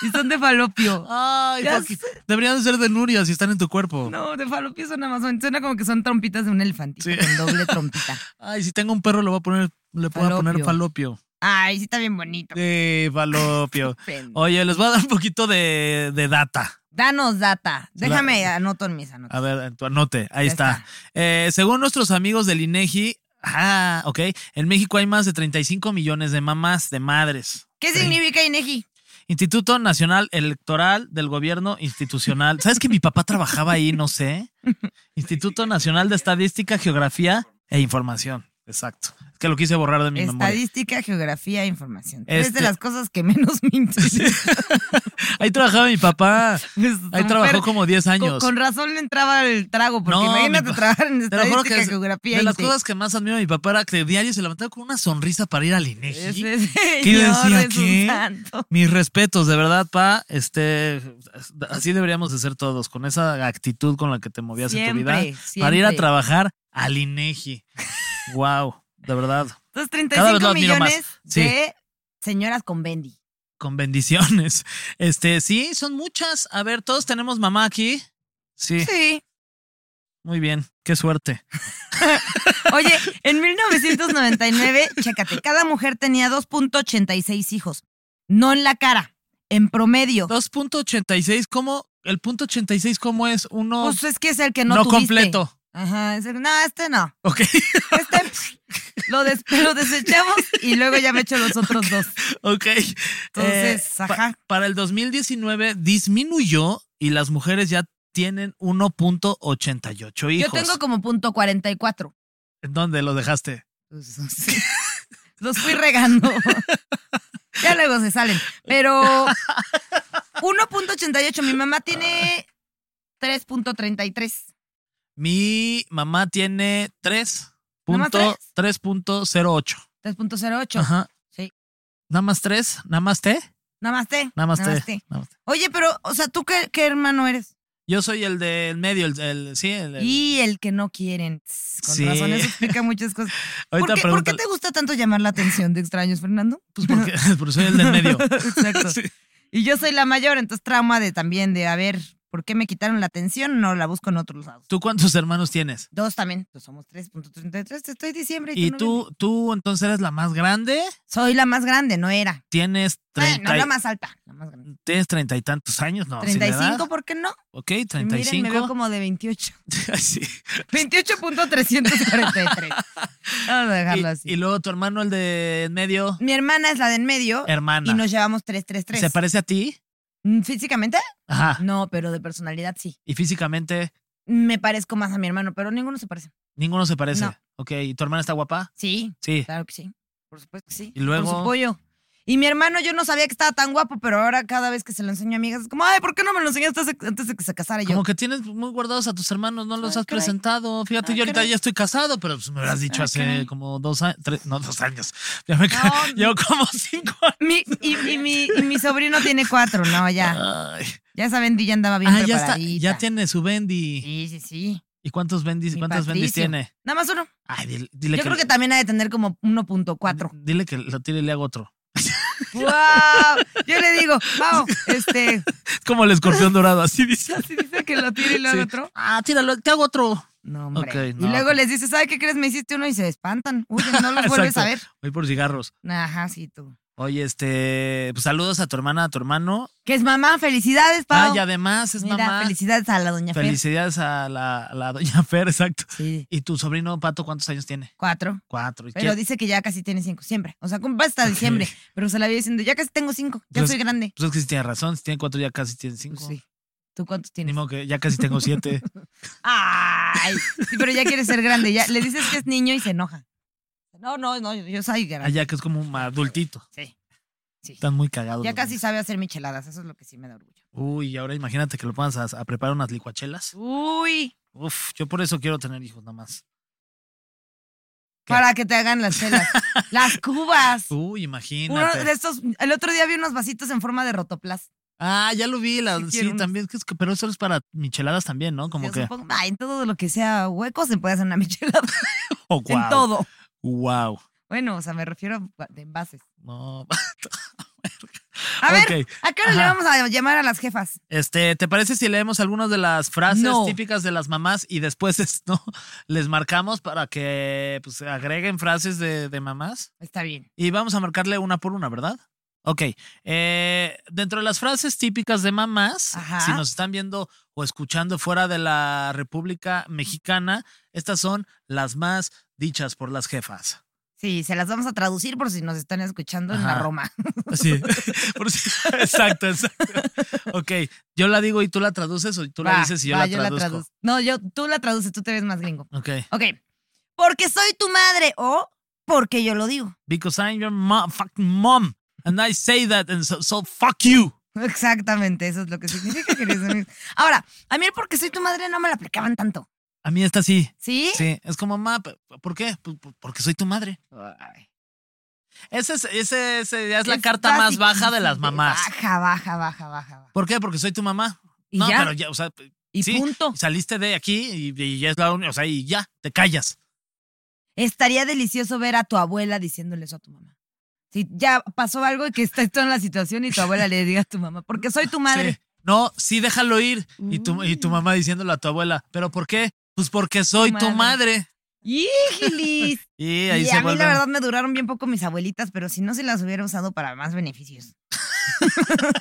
[SPEAKER 3] y son de falopio.
[SPEAKER 2] [laughs] Ay,
[SPEAKER 3] Ya
[SPEAKER 2] ¿por qué? deberían ser de Nuria si están en tu cuerpo.
[SPEAKER 3] No, de falopio suena más bonito. Suena como que son trompitas de un elefantito
[SPEAKER 2] Sí.
[SPEAKER 3] con doble trompita.
[SPEAKER 2] Ay, si tengo un perro le voy a poner, le puedo poner falopio.
[SPEAKER 3] Ay, sí está bien bonito. [laughs]
[SPEAKER 2] Sí, falopio.
[SPEAKER 3] Pen-
[SPEAKER 2] Oye, les voy a dar un poquito de, de data.
[SPEAKER 3] Danos data. Déjame, anoto en mis
[SPEAKER 2] A
[SPEAKER 3] anotas.
[SPEAKER 2] ver, en tu anote, ahí
[SPEAKER 3] Ya
[SPEAKER 2] está.
[SPEAKER 3] está.
[SPEAKER 2] Eh, según nuestros amigos del INEGI, ah, ok, en México hay más de 35 millones de mamás, de madres.
[SPEAKER 3] ¿Qué
[SPEAKER 2] Ah, Sí.
[SPEAKER 3] significa INEGI?
[SPEAKER 2] Instituto Nacional Electoral del Gobierno Institucional. ¿Sabes que mi papá trabajaba ahí? No sé. Instituto Nacional de Estadística, Geografía e Información. Exacto. que lo quise borrar de mi memoria.
[SPEAKER 3] Estadística, geografía e información. Tres
[SPEAKER 2] Este-
[SPEAKER 3] de las cosas que menos [laughs] me interesan.
[SPEAKER 2] Ahí trabajaba mi papá.
[SPEAKER 3] Pues,
[SPEAKER 2] Ahí
[SPEAKER 3] don
[SPEAKER 2] trabajó
[SPEAKER 3] Fer,
[SPEAKER 2] como 10 años.
[SPEAKER 3] Con, con razón le entraba el trago, porque
[SPEAKER 2] No,
[SPEAKER 3] imagínate
[SPEAKER 2] mi pa-
[SPEAKER 3] trabajar en
[SPEAKER 2] Te lo juro que
[SPEAKER 3] estadística,
[SPEAKER 2] es-
[SPEAKER 3] geografía
[SPEAKER 2] de
[SPEAKER 3] y
[SPEAKER 2] las
[SPEAKER 3] te-
[SPEAKER 2] cosas que más admiro de mi papá era que diario se levantaba con una sonrisa para ir al
[SPEAKER 3] [laughs]
[SPEAKER 2] INEGI.
[SPEAKER 3] Ese
[SPEAKER 2] [laughs] ¿Qué
[SPEAKER 3] señor
[SPEAKER 2] decía?
[SPEAKER 3] es un
[SPEAKER 2] ¿Qué?
[SPEAKER 3] santo.
[SPEAKER 2] Mis respetos, de verdad, pa. Este, así deberíamos de ser todos, con esa actitud con la que te movías en tu vida.
[SPEAKER 3] Siempre,
[SPEAKER 2] Para ir a
[SPEAKER 3] siempre.
[SPEAKER 2] trabajar al INEGI. wow, de verdad.
[SPEAKER 3] Entonces,
[SPEAKER 2] Cada vez
[SPEAKER 3] 35
[SPEAKER 2] lo admiro más.
[SPEAKER 3] millones
[SPEAKER 2] Sí.
[SPEAKER 3] de señoras con Bendy.
[SPEAKER 2] Con bendiciones. Este, sí, son muchas. A ver, todos tenemos mamá aquí. Sí,
[SPEAKER 3] Sí.
[SPEAKER 2] muy bien. Qué suerte.
[SPEAKER 3] Oye, en 1999, chécate, cada mujer tenía 2.86 hijos. No en la cara, en promedio.
[SPEAKER 2] 2.86, ¿cómo? El punto 86, ¿cómo es? Uno
[SPEAKER 3] Pues es que es el que no
[SPEAKER 2] no
[SPEAKER 3] tuviste.
[SPEAKER 2] completo.
[SPEAKER 3] Ajá, es el- no, este no.
[SPEAKER 2] Ok.
[SPEAKER 3] Este [laughs] pff, lo, des- lo desechamos y luego ya me echo los otros dos.
[SPEAKER 2] Ok.
[SPEAKER 3] Entonces,
[SPEAKER 2] Eh, pa-
[SPEAKER 3] ajá.
[SPEAKER 2] para el 2019 disminuyó y las mujeres ya tienen 1.88
[SPEAKER 3] Yo
[SPEAKER 2] hijos.
[SPEAKER 3] tengo como punto 44.
[SPEAKER 2] ¿Dónde lo dejaste?
[SPEAKER 3] Pues, [laughs] sí. Los fui
[SPEAKER 2] [laughs]
[SPEAKER 3] regando. ya luego se salen. Pero 1.88, mi mamá tiene 3.33.
[SPEAKER 2] Mi mamá tiene 3.
[SPEAKER 3] ¿Nada más
[SPEAKER 2] punto- 3.08.
[SPEAKER 3] 3.08.
[SPEAKER 2] Ajá.
[SPEAKER 3] Sí.
[SPEAKER 2] Nada más 3, nada más T,
[SPEAKER 3] Namaste.
[SPEAKER 2] nada más
[SPEAKER 3] Namaste.
[SPEAKER 2] T. nada más T.
[SPEAKER 3] Oye, pero, o sea, ¿tú qué, qué hermano eres?
[SPEAKER 2] Yo soy el del medio, el, el- sí, el, el-
[SPEAKER 3] Y el que no quieren. Tss, Con
[SPEAKER 2] Sí.
[SPEAKER 3] razón, eso explica muchas cosas. ¿Por
[SPEAKER 2] [laughs] Ahorita
[SPEAKER 3] qué, por qué
[SPEAKER 2] pregúntale.
[SPEAKER 3] te gusta tanto llamar la atención de extraños, Fernando?
[SPEAKER 2] Pues porque, porque soy [laughs] el del medio.
[SPEAKER 3] [laughs] Exacto.
[SPEAKER 2] Sí.
[SPEAKER 3] Y yo soy la mayor, entonces trauma de también de a ver por qué me quitaron la atención, no la busco en otros lados.
[SPEAKER 2] ¿Tú cuántos hermanos tienes?
[SPEAKER 3] Dos también, pues somos 3.33, te estoy diciembre.
[SPEAKER 2] Y
[SPEAKER 3] no vienes.
[SPEAKER 2] tú, tú entonces eres la más grande,
[SPEAKER 3] Soy la más grande, no era.
[SPEAKER 2] tienes
[SPEAKER 3] Bueno,
[SPEAKER 2] treinta
[SPEAKER 3] la
[SPEAKER 2] y-
[SPEAKER 3] más alta, la más grande.
[SPEAKER 2] tienes treinta y tantos años, ¿no? sí, ¿verdad?
[SPEAKER 3] 35, ¿por qué no?
[SPEAKER 2] Ok,
[SPEAKER 3] Miren, me
[SPEAKER 2] 35.
[SPEAKER 3] veo como de 28.
[SPEAKER 2] [laughs] Ay, sí. [laughs]
[SPEAKER 3] 28.343. Vamos a dejarlo así.
[SPEAKER 2] y, y luego tu hermano, el de en medio,
[SPEAKER 3] Mi hermana es la de en medio
[SPEAKER 2] hermana.
[SPEAKER 3] y nos llevamos 333.
[SPEAKER 2] ¿Se parece a ti?
[SPEAKER 3] Mm, ¿Físicamente?
[SPEAKER 2] Ajá.
[SPEAKER 3] No, pero de personalidad sí.
[SPEAKER 2] Y físicamente,
[SPEAKER 3] Me parezco más a mi hermano, pero ninguno se parece.
[SPEAKER 2] ninguno se parece.
[SPEAKER 3] No.
[SPEAKER 2] Ok, ¿y tu hermana está guapa?
[SPEAKER 3] Sí,
[SPEAKER 2] Sí.
[SPEAKER 3] Claro que sí. Por supuesto que sí.
[SPEAKER 2] Y luego-
[SPEAKER 3] Por su pollo. Y mi hermano, yo no sabía que estaba tan guapo, pero ahora cada vez que se lo enseño a amigas es como, ay, ¿por qué no me lo enseñaste hace- antes de que se casara Ah, yo?
[SPEAKER 2] Como que tienes muy guardados a tus hermanos, no los
[SPEAKER 3] Ah,
[SPEAKER 2] has
[SPEAKER 3] caray.
[SPEAKER 2] presentado. Fíjate,
[SPEAKER 3] Ah,
[SPEAKER 2] yo ahorita
[SPEAKER 3] caray.
[SPEAKER 2] ya estoy casado, pero pues me hubieras dicho
[SPEAKER 3] Ah,
[SPEAKER 2] hace
[SPEAKER 3] caray.
[SPEAKER 2] como dos años, tres, no, dos años. Ya me ca- [laughs]
[SPEAKER 3] No.
[SPEAKER 2] llevo como cinco años.
[SPEAKER 3] Mi- y, y mi, y mi sobrino tiene cuatro, no, ya.
[SPEAKER 2] Ay.
[SPEAKER 3] Ya esa Bendy ya andaba bien
[SPEAKER 2] Ah, ya está,
[SPEAKER 3] preparadita.
[SPEAKER 2] ya tiene su bendy.
[SPEAKER 3] Sí, sí, sí.
[SPEAKER 2] ¿Y cuántos bendis,
[SPEAKER 3] Mi
[SPEAKER 2] cuántos bendis
[SPEAKER 3] Patricio.
[SPEAKER 2] tiene?
[SPEAKER 3] Nada más uno.
[SPEAKER 2] Ay, dile, dile
[SPEAKER 3] yo creo que también ha de tener como
[SPEAKER 2] [laughs]
[SPEAKER 3] 1.4.
[SPEAKER 2] Dile que lo tire y le hago otro.
[SPEAKER 3] ¡Wow! Yo le digo, vamos, este,
[SPEAKER 2] Es como
[SPEAKER 3] [laughs]
[SPEAKER 2] el escorpión dorado, así dice.
[SPEAKER 3] así dice que lo tire y lo haga
[SPEAKER 2] Sí.
[SPEAKER 3] otro.
[SPEAKER 2] Ah, tíralo, te hago otro.
[SPEAKER 3] No, hombre.
[SPEAKER 2] Ok,
[SPEAKER 3] y
[SPEAKER 2] no.
[SPEAKER 3] luego les dice, ¿sabe qué crees? Me hiciste uno y se espantan. Uy, no los vuelves
[SPEAKER 2] Exacto.
[SPEAKER 3] a ver.
[SPEAKER 2] Voy por cigarros.
[SPEAKER 3] Ajá, sí, tú.
[SPEAKER 2] Oye, este, pues saludos a tu hermana, a tu hermano.
[SPEAKER 3] Que es mamá, felicidades, Pau.
[SPEAKER 2] Ah, y además es
[SPEAKER 3] Mira,
[SPEAKER 2] mamá.
[SPEAKER 3] felicidades a la doña Feliz.
[SPEAKER 2] Felicidades a la, a la doña [laughs] Fer, exacto.
[SPEAKER 3] Sí.
[SPEAKER 2] ¿Y tu sobrino Pato cuántos años tiene?
[SPEAKER 3] Cuatro.
[SPEAKER 2] Cuatro. ¿Y
[SPEAKER 3] Pero
[SPEAKER 2] qué?
[SPEAKER 3] dice que ya casi tiene cinco, siempre. O sea, cumple hasta diciembre. Pero se la había diciendo, ya casi tengo cinco, ya
[SPEAKER 2] Pues-
[SPEAKER 3] soy grande.
[SPEAKER 2] Pues es que sí tiene razón, si tiene cuatro ya casi tiene cinco.
[SPEAKER 3] Pues sí. ¿Tú cuántos
[SPEAKER 2] Ni
[SPEAKER 3] tienes?
[SPEAKER 2] modo que ya casi
[SPEAKER 3] [laughs]
[SPEAKER 2] tengo siete.
[SPEAKER 3] Ay, sí, pero ya quiere ser grande. Ya le dices que es niño y se enoja. No, no, no, yo, yo soy grande.
[SPEAKER 2] Allá Ah, que es como un adultito.
[SPEAKER 3] Sí. Sí.
[SPEAKER 2] Están muy cagados.
[SPEAKER 3] Ya
[SPEAKER 2] los
[SPEAKER 3] casi
[SPEAKER 2] niños.
[SPEAKER 3] sabe hacer micheladas, eso es lo que sí me da orgullo.
[SPEAKER 2] Uy, ahora imagínate que lo pongas a, a preparar unas licuachelas.
[SPEAKER 3] Uy,
[SPEAKER 2] Uf, yo por eso quiero tener hijos nada más. ¿Qué?
[SPEAKER 3] para que te hagan las
[SPEAKER 2] [laughs]
[SPEAKER 3] celas. las cubas.
[SPEAKER 2] Uy,
[SPEAKER 3] Uno
[SPEAKER 2] imagínate.
[SPEAKER 3] de estos, el otro día vi unos vasitos en forma de rotoplas.
[SPEAKER 2] Ah, ya lo vi. la-
[SPEAKER 3] Sí
[SPEAKER 2] sí,
[SPEAKER 3] quiero unos.
[SPEAKER 2] también. que es que- pero eso es para micheladas también, ¿no? Como
[SPEAKER 3] Yo
[SPEAKER 2] que.
[SPEAKER 3] supongo- ah, en todo lo que sea hueco se puede hacer una [laughs] michelada.
[SPEAKER 2] Oh, wow.
[SPEAKER 3] En todo.
[SPEAKER 2] Wow.
[SPEAKER 3] Bueno, o sea, me refiero a de envases.
[SPEAKER 2] No. [laughs]
[SPEAKER 3] A ver,
[SPEAKER 2] Ok,
[SPEAKER 3] ¿a qué hora le
[SPEAKER 2] ajá.
[SPEAKER 3] vamos a llamar a las jefas?
[SPEAKER 2] Este, ¿te parece si leemos algunas de las frases
[SPEAKER 3] No.
[SPEAKER 2] típicas de las mamás y después [laughs] es- ¿no? les marcamos para que pues, agreguen frases de, de mamás?
[SPEAKER 3] Está bien.
[SPEAKER 2] Y vamos a marcarle una por una, ¿verdad? Ok. eh, dentro de las frases típicas de mamás,
[SPEAKER 3] Ajá.
[SPEAKER 2] si nos están viendo o escuchando fuera de la República Mexicana, estas son las más dichas por
[SPEAKER 3] [laughs]
[SPEAKER 2] las jefas.
[SPEAKER 3] Sí, se las vamos a traducir por si nos están escuchando en la
[SPEAKER 2] Ajá.
[SPEAKER 3] Roma.
[SPEAKER 2] Sí. [laughs] Por si- exacto, exacto. Ok. Yo la digo y tú la traduces o tú la
[SPEAKER 3] Va,
[SPEAKER 2] dices y yo
[SPEAKER 3] va,
[SPEAKER 2] la traduzco.
[SPEAKER 3] traduz- No, yo, tú la traduces, tú te ves más gringo.
[SPEAKER 2] ok.
[SPEAKER 3] Ok. Porque soy tu madre o porque yo lo digo. [laughs]
[SPEAKER 2] Because I'm your mom, fucking mom. And I say that, and so, so fuck you.
[SPEAKER 3] Exactamente, eso es lo que significa que eres mi- Ahora, a mí el porque soy tu madre no me lo aplicaban tanto.
[SPEAKER 2] A mí esta sí.
[SPEAKER 3] ¿Sí?
[SPEAKER 2] Sí, es como, mamá, ¿p- ¿por qué? Pues, por- Porque soy tu madre.
[SPEAKER 3] Ay,
[SPEAKER 2] Esa es, ese- ese ya es la
[SPEAKER 3] qué
[SPEAKER 2] carta más
[SPEAKER 3] fácil,
[SPEAKER 2] baja de las
[SPEAKER 3] sí,
[SPEAKER 2] mamás.
[SPEAKER 3] Baja, baja, baja, baja. baja.
[SPEAKER 2] ¿Por qué? Porque soy tu mamá.
[SPEAKER 3] Y
[SPEAKER 2] no,
[SPEAKER 3] ya,
[SPEAKER 2] pero ya, o sea,
[SPEAKER 3] y
[SPEAKER 2] sí.
[SPEAKER 3] punto.
[SPEAKER 2] saliste de aquí y, y ya es la única, o sea, y ya, te callas.
[SPEAKER 3] Estaría delicioso ver a tu abuela diciéndole eso a tu mamá. Si ya pasó algo y que está esto en la situación y tu abuela le diga a tu mamá, porque soy tu madre. Mm.
[SPEAKER 2] Sí. No, sí, déjalo ir. Y tu, y tu mamá diciéndole a tu abuela, ¿pero por qué? Pues porque soy tu madre.
[SPEAKER 3] ¡Híjilis!
[SPEAKER 2] Y
[SPEAKER 3] Y,
[SPEAKER 2] ahí se
[SPEAKER 3] a mí
[SPEAKER 2] vuelve.
[SPEAKER 3] la verdad me duraron bien poco mis abuelitas, pero si no se las hubiera usado para más beneficios. [laughs]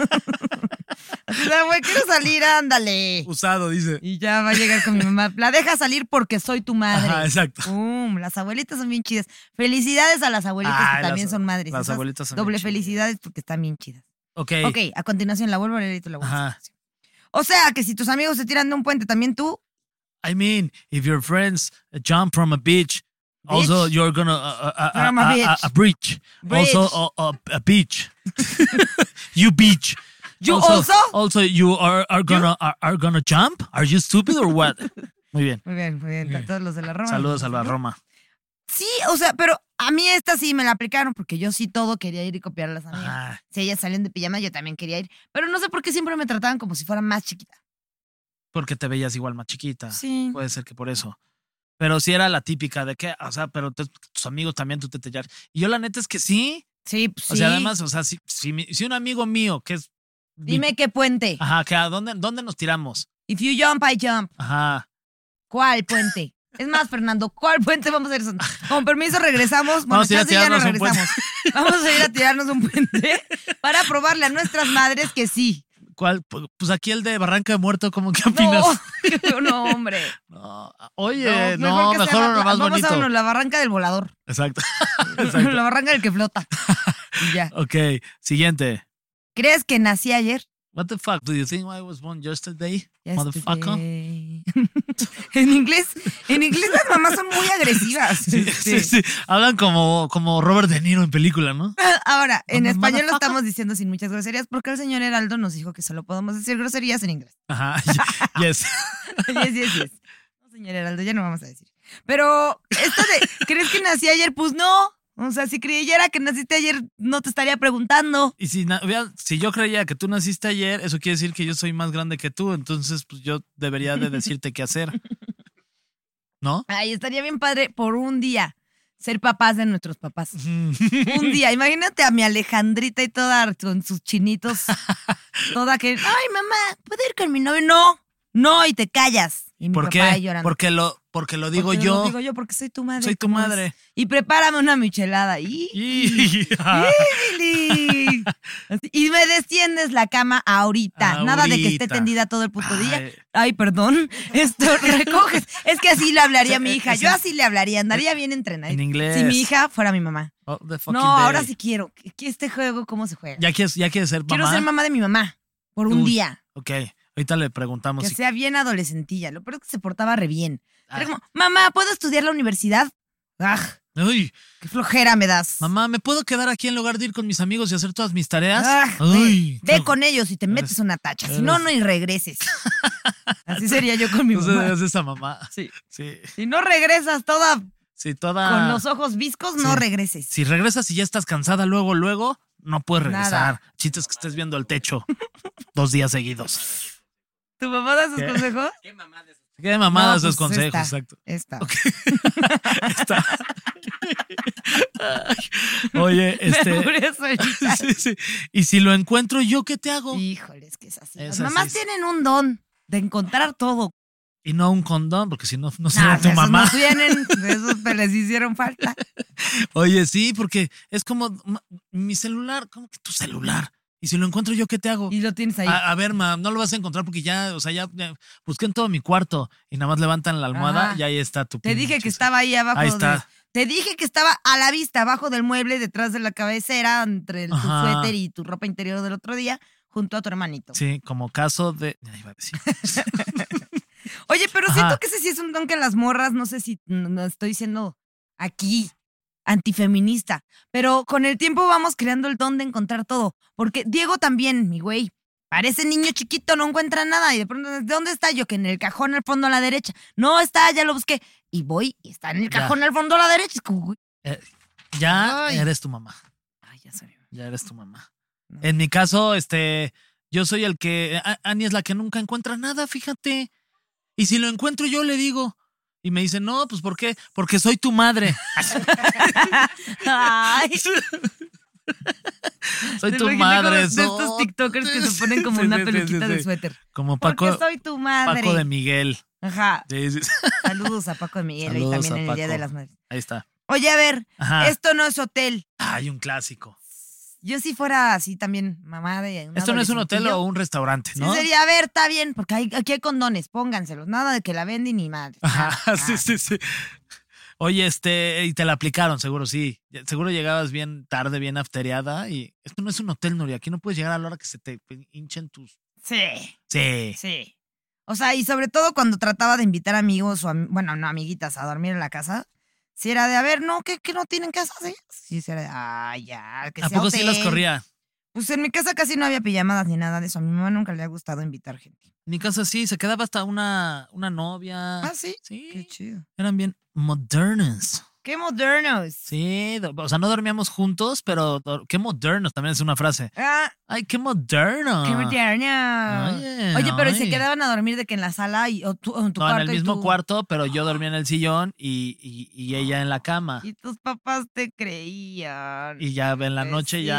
[SPEAKER 3] O sea, güey, quiero salir, ándale.
[SPEAKER 2] Usado, dice.
[SPEAKER 3] Y ya va a llegar con mi mamá. La deja salir porque soy tu madre.
[SPEAKER 2] Ajá, exacto.
[SPEAKER 3] Pum, las abuelitas son bien chidas. Felicidades a las abuelitas
[SPEAKER 2] Ay,
[SPEAKER 3] pues que
[SPEAKER 2] las-
[SPEAKER 3] también son madres.
[SPEAKER 2] Las
[SPEAKER 3] Esas
[SPEAKER 2] abuelitas son
[SPEAKER 3] doble
[SPEAKER 2] bien chidas.
[SPEAKER 3] felicidades porque están bien chidas.
[SPEAKER 2] Ok.
[SPEAKER 3] Ok, a continuación la vuelvo a leer y tú la vuelves a
[SPEAKER 2] Ajá.
[SPEAKER 3] hacer. O sea, que si tus amigos se tiran de un puente, también tú.
[SPEAKER 2] I mean, if your friends jump from a beach, also
[SPEAKER 3] Bitch.
[SPEAKER 2] you're gonna uh, uh, uh,
[SPEAKER 3] From a
[SPEAKER 2] uh,
[SPEAKER 3] bitch.
[SPEAKER 2] uh, a bridge,
[SPEAKER 3] Bridge.
[SPEAKER 2] also uh, uh, a beach. [laughs] you beach.
[SPEAKER 3] You also?
[SPEAKER 2] also you are are gonna are, are gonna jump. Are you stupid
[SPEAKER 3] [laughs]
[SPEAKER 2] or what? Muy bien.
[SPEAKER 3] Muy bien, muy bien. Todos los de la Roma.
[SPEAKER 2] Saludos a la Roma.
[SPEAKER 3] Sí, o sea, pero a mí esta sí me la aplicaron porque yo sí todo quería ir y copiar a las amigas.
[SPEAKER 2] Ajá.
[SPEAKER 3] Si ellas salían de pijama, yo también quería ir. Pero no sé por qué siempre me trataban como si fuera más chiquita.
[SPEAKER 2] porque te veías igual más chiquita.
[SPEAKER 3] Sí.
[SPEAKER 2] Puede ser que por eso. Pero sí era la típica de que, o sea, pero te- tus amigos también tú te tellar. Y yo la neta es que sí.
[SPEAKER 3] Sí, pues, sí.
[SPEAKER 2] O sea, además, o sea, si, si, mi- si un amigo mío que es... mi- Ah.
[SPEAKER 3] Dime qué puente.
[SPEAKER 2] Ajá, que a dónde, dónde nos tiramos.
[SPEAKER 3] If you jump, I jump.
[SPEAKER 2] Ajá.
[SPEAKER 3] ¿Cuál puente? Es más, Fernando, ¿cuál puente vamos a ir? Con permiso, regresamos. Bueno,
[SPEAKER 2] Vamos a ir a
[SPEAKER 3] chance ya no
[SPEAKER 2] tirarnos un puente.
[SPEAKER 3] regresamos. Vamos a ir a tirarnos un puente para probarle a nuestras madres que sí.
[SPEAKER 2] [laughs] ¿Cuál? Pu- Pues aquí el de Barranca de Muerto, ¿cómo que
[SPEAKER 3] No,
[SPEAKER 2] opinas?
[SPEAKER 3] qué- [laughs] no, hombre.
[SPEAKER 2] No. Oye,
[SPEAKER 3] No,
[SPEAKER 2] no,
[SPEAKER 3] que
[SPEAKER 2] mejor,
[SPEAKER 3] sea la-
[SPEAKER 2] uno más
[SPEAKER 3] vamos
[SPEAKER 2] bonito.
[SPEAKER 3] a uno, la barranca del volador.
[SPEAKER 2] Exacto.
[SPEAKER 3] [laughs]
[SPEAKER 2] [laughs]
[SPEAKER 3] la barranca del que flota. Y ya.
[SPEAKER 2] ok, siguiente.
[SPEAKER 3] ¿Crees que nací ayer?
[SPEAKER 2] What the fuck? Do you think I was born yesterday? Motherfucker.
[SPEAKER 3] Yesterday. [laughs] en inglés, en inglés las mamás son muy agresivas.
[SPEAKER 2] Sí,
[SPEAKER 3] Este,
[SPEAKER 2] sí, sí. Hablan como, como Robert De Niro en película, ¿no?
[SPEAKER 3] Ahora, en
[SPEAKER 2] Mamá,
[SPEAKER 3] español lo
[SPEAKER 2] motherfucker.
[SPEAKER 3] estamos diciendo sin muchas groserías porque el señor Heraldo nos dijo que solo podemos decir groserías en inglés. [laughs]
[SPEAKER 2] Ajá. [laughs] Yes.
[SPEAKER 3] Yes, yes, yes. No, señor Heraldo, ya no vamos a decir. Pero esto de, ¿crees que nací ayer? Pues no. O sea, si creyera que naciste ayer, no te estaría preguntando.
[SPEAKER 2] Y si, na- vea, si yo creía que tú naciste ayer, eso quiere decir que yo soy más grande que tú, entonces pues yo debería de decirte qué hacer.
[SPEAKER 3] [laughs]
[SPEAKER 2] ¿No?
[SPEAKER 3] Ay, estaría bien padre por un día ser papás de nuestros papás.
[SPEAKER 2] Mm. [laughs]
[SPEAKER 3] Un día, imagínate a mi Alejandrita y toda con sus
[SPEAKER 2] [laughs]
[SPEAKER 3] chinitos, toda que, ay mamá, ¿puedo ir con mi novio? No, no, y te callas. Y mi
[SPEAKER 2] ¿Por
[SPEAKER 3] papá
[SPEAKER 2] qué?
[SPEAKER 3] ahí llorando.
[SPEAKER 2] Porque lo, porque lo digo
[SPEAKER 3] Porque
[SPEAKER 2] yo.
[SPEAKER 3] lo
[SPEAKER 2] [laughs]
[SPEAKER 3] digo yo porque soy tu madre.
[SPEAKER 2] Soy tu
[SPEAKER 3] ¿cómo es?
[SPEAKER 2] madre.
[SPEAKER 3] Y prepárame una michelada. Y,
[SPEAKER 2] Y- ah, [laughs]
[SPEAKER 3] ¡Ili! Así, y me desciendes la cama ahorita. Nada de que esté
[SPEAKER 2] Ahorita.
[SPEAKER 3] tendida todo el puto día.
[SPEAKER 2] Ay.
[SPEAKER 3] Ay, perdón. [laughs] Esto recoges. Es que así le
[SPEAKER 2] [laughs]
[SPEAKER 3] hablaría a mi hija.
[SPEAKER 2] Es
[SPEAKER 3] Yo
[SPEAKER 2] en-
[SPEAKER 3] así le hablaría. Andaría bien entrenada.
[SPEAKER 2] en inglés.
[SPEAKER 3] Si mi hija fuera mi mamá.
[SPEAKER 2] Oh, the fucking
[SPEAKER 3] No, ahora
[SPEAKER 2] day.
[SPEAKER 3] sí quiero. Que- que Este juego, ¿cómo se juega?
[SPEAKER 2] ¿Ya quieres, ya quieres ser mamá?
[SPEAKER 3] Quiero ser mamá de mi mamá. Por un
[SPEAKER 2] Uy,
[SPEAKER 3] día.
[SPEAKER 2] Ok, ahorita le preguntamos.
[SPEAKER 3] Que
[SPEAKER 2] si-
[SPEAKER 3] sea bien adolescentilla. Lo peor es que se portaba re bien. Era
[SPEAKER 2] Ah.
[SPEAKER 3] como, mamá, ¿puedo estudiar la universidad? ¡Aj!
[SPEAKER 2] Uy,
[SPEAKER 3] Qué flojera me das.
[SPEAKER 2] Ah, mamá, ¿me puedo quedar aquí en lugar de ir con mis amigos y hacer todas mis tareas?
[SPEAKER 3] Ah,
[SPEAKER 2] Uy,
[SPEAKER 3] ve, ve
[SPEAKER 2] no.
[SPEAKER 3] con ellos y te metes una tacha. Si no,
[SPEAKER 2] eres-
[SPEAKER 3] no y regreses.
[SPEAKER 2] [laughs]
[SPEAKER 3] Así sería yo con mi
[SPEAKER 2] Entonces
[SPEAKER 3] mamá.
[SPEAKER 2] es esa mamá.
[SPEAKER 3] Sí.
[SPEAKER 2] Sí,
[SPEAKER 3] Si no regresas toda
[SPEAKER 2] sí, toda.
[SPEAKER 3] con los ojos viscos, no
[SPEAKER 2] Ah. Sí.
[SPEAKER 3] regreses.
[SPEAKER 2] Si regresas y ya estás cansada luego, luego, no puedes
[SPEAKER 3] Nada.
[SPEAKER 2] regresar. Chistes que estés viendo
[SPEAKER 3] [laughs]
[SPEAKER 2] el techo dos días seguidos.
[SPEAKER 3] ¿Tu mamá da sus
[SPEAKER 2] [laughs]
[SPEAKER 3] consejos?
[SPEAKER 2] Qué mamadas
[SPEAKER 3] No, pues,
[SPEAKER 2] esos consejos,
[SPEAKER 3] esta,
[SPEAKER 2] exacto.
[SPEAKER 3] Esta.
[SPEAKER 2] Está. Oye,
[SPEAKER 3] [laughs] [laughs] Me
[SPEAKER 2] este.
[SPEAKER 3] apuré solita.
[SPEAKER 2] [laughs] sí, sí. Y si lo encuentro yo, ¿qué te hago?
[SPEAKER 3] Híjole, es que es así. Las
[SPEAKER 2] Esas
[SPEAKER 3] mamás
[SPEAKER 2] sí.
[SPEAKER 3] tienen un don de encontrar todo.
[SPEAKER 2] Y no un condón, porque si no, no
[SPEAKER 3] Ah,
[SPEAKER 2] será tu
[SPEAKER 3] esos
[SPEAKER 2] mamá.
[SPEAKER 3] No tienen, [laughs] esos te les hicieron falta.
[SPEAKER 2] [laughs] Oye, sí, porque es como ma- mi celular, ¿cómo que tu celular? Y si lo encuentro yo, ¿qué te hago?
[SPEAKER 3] Y lo tienes ahí.
[SPEAKER 2] A, a ver, ma, no lo vas a encontrar porque ya, o sea, ya ya busqué en todo mi cuarto y nada más levantan la almohada
[SPEAKER 3] Ajá.
[SPEAKER 2] y ahí está tu
[SPEAKER 3] Te dije
[SPEAKER 2] pinche
[SPEAKER 3] que estaba ahí abajo.
[SPEAKER 2] Ahí
[SPEAKER 3] de-
[SPEAKER 2] está.
[SPEAKER 3] te dije que estaba a la vista, abajo del mueble, detrás de la cabecera, entre el- tu
[SPEAKER 2] Ajá.
[SPEAKER 3] suéter y tu ropa interior del otro día, junto a tu hermanito.
[SPEAKER 2] Sí, como caso de. ya iba a
[SPEAKER 3] [laughs]
[SPEAKER 2] decir.
[SPEAKER 3] Oye, pero
[SPEAKER 2] Ajá.
[SPEAKER 3] siento que ese sí es un don que las morras, no sé si no, no estoy diciendo aquí. antifeminista. Pero con el tiempo vamos creando el don de encontrar todo. Porque Diego también, mi güey, parece niño chiquito, no encuentra nada. Y de pronto, ¿de dónde está? Yo que en el cajón al fondo a la derecha. No está, ya lo busqué. Y voy y está en el
[SPEAKER 2] Ya.
[SPEAKER 3] cajón al fondo a la derecha. Es como, güey,
[SPEAKER 2] Ya
[SPEAKER 3] Ay.
[SPEAKER 2] eres tu mamá.
[SPEAKER 3] Ay, ya soy.
[SPEAKER 2] Ya eres tu mamá.
[SPEAKER 3] No.
[SPEAKER 2] En mi caso, este, yo soy el que. A- Ani es la que nunca encuentra nada, fíjate. Y si lo encuentro, yo le digo. Y me dice, no, pues ¿por qué? Porque soy
[SPEAKER 3] [laughs]
[SPEAKER 2] tu madre. [laughs]
[SPEAKER 3] Ay, [laughs]
[SPEAKER 2] Soy
[SPEAKER 3] me
[SPEAKER 2] tu
[SPEAKER 3] imaginé
[SPEAKER 2] madre.
[SPEAKER 3] como De estos
[SPEAKER 2] soy-
[SPEAKER 3] TikTokers que se ponen como
[SPEAKER 2] [laughs] Sí,
[SPEAKER 3] una
[SPEAKER 2] sí, sí,
[SPEAKER 3] peluquita
[SPEAKER 2] sí,
[SPEAKER 3] de
[SPEAKER 2] sí.
[SPEAKER 3] suéter.
[SPEAKER 2] Como
[SPEAKER 3] Porque
[SPEAKER 2] Paco,
[SPEAKER 3] soy tu madre.
[SPEAKER 2] Paco de Miguel.
[SPEAKER 3] Ajá.
[SPEAKER 2] Sí, sí, sí.
[SPEAKER 3] Saludos a Paco de Miguel y
[SPEAKER 2] Saludos
[SPEAKER 3] también
[SPEAKER 2] a
[SPEAKER 3] en el Día
[SPEAKER 2] Paco. Ah.
[SPEAKER 3] de las Madres.
[SPEAKER 2] Ahí está.
[SPEAKER 3] Oye, a ver,
[SPEAKER 2] Ajá.
[SPEAKER 3] esto no es hotel.
[SPEAKER 2] Ay, un clásico.
[SPEAKER 3] Yo si fuera así también, mamá de... un
[SPEAKER 2] Esto no es un hotel
[SPEAKER 3] adolescentillo,
[SPEAKER 2] o un restaurante,
[SPEAKER 3] sí
[SPEAKER 2] ¿no?
[SPEAKER 3] sería, a ver, está bien, porque hay- aquí hay condones, pónganselos. Nada de que la venden ni madre.
[SPEAKER 2] [laughs] Ajá,
[SPEAKER 3] Ah,
[SPEAKER 2] sí, sí, sí. Oye, este, y te la aplicaron, seguro, sí. Seguro llegabas bien tarde, bien aftereada y esto no es un hotel, Nuria. Aquí no puedes llegar a la hora que se te hinchen
[SPEAKER 3] ah,
[SPEAKER 2] tus...
[SPEAKER 3] Sí,
[SPEAKER 2] Sí.
[SPEAKER 3] sí. O sea, y sobre todo cuando trataba de invitar amigos o, am- bueno, no amiguitas a dormir en la casa, si era de, a ver, no, que, no tienen casa, sí. Sí, si era de, ah, ya, que
[SPEAKER 2] ¿A
[SPEAKER 3] sea
[SPEAKER 2] poco sí las
[SPEAKER 3] hotel.
[SPEAKER 2] corría?
[SPEAKER 3] Pues en mi casa casi no había pijamadas ni nada de eso. A mi mamá nunca le ha gustado invitar gente.
[SPEAKER 2] En mi casa sí, se quedaba hasta una, una novia.
[SPEAKER 3] Ah, sí. Qué
[SPEAKER 2] Sí,
[SPEAKER 3] chido.
[SPEAKER 2] eran bien modernos.
[SPEAKER 3] Qué modernos.
[SPEAKER 2] Sí, do- o sea, no dormíamos juntos, pero do- qué modernos también es una frase.
[SPEAKER 3] Ah,
[SPEAKER 2] Ay, qué moderno.
[SPEAKER 3] qué modernos.
[SPEAKER 2] Oye,
[SPEAKER 3] Oye, pero ¿y se
[SPEAKER 2] ah, ay.
[SPEAKER 3] quedaban a dormir de que en la sala y, o, tú- o en tu
[SPEAKER 2] No, en
[SPEAKER 3] cuarto?
[SPEAKER 2] el
[SPEAKER 3] y
[SPEAKER 2] mismo
[SPEAKER 3] tú-
[SPEAKER 2] cuarto, pero yo dormía en el sillón y, y- y ella en la cama.
[SPEAKER 3] Y tus papás te creían.
[SPEAKER 2] Y ya en la noche ya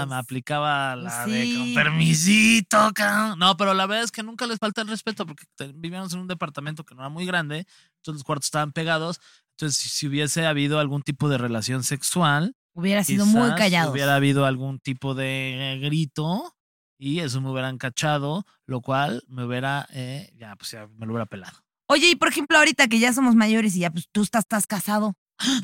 [SPEAKER 2] me
[SPEAKER 3] Besitos.
[SPEAKER 2] aplicaba
[SPEAKER 3] Pues
[SPEAKER 2] la de
[SPEAKER 3] sí.
[SPEAKER 2] con permisito, cabrón. No, pero la verdad es que nunca les falta el respeto porque te- vivíamos en un departamento que no era muy grande, entonces los cuartos estaban pegados. Entonces, si, si hubiese habido algún tipo de relación sexual,
[SPEAKER 3] Hubiera sido muy
[SPEAKER 2] quizás
[SPEAKER 3] callado.
[SPEAKER 2] Hubiera habido algún tipo de eh, grito y eso me hubieran cachado, lo cual me hubiera, eh, ya, pues ya me lo hubiera pelado.
[SPEAKER 3] Oye, y por ejemplo, ahorita que ya somos mayores y ya pues tú estás, estás casado,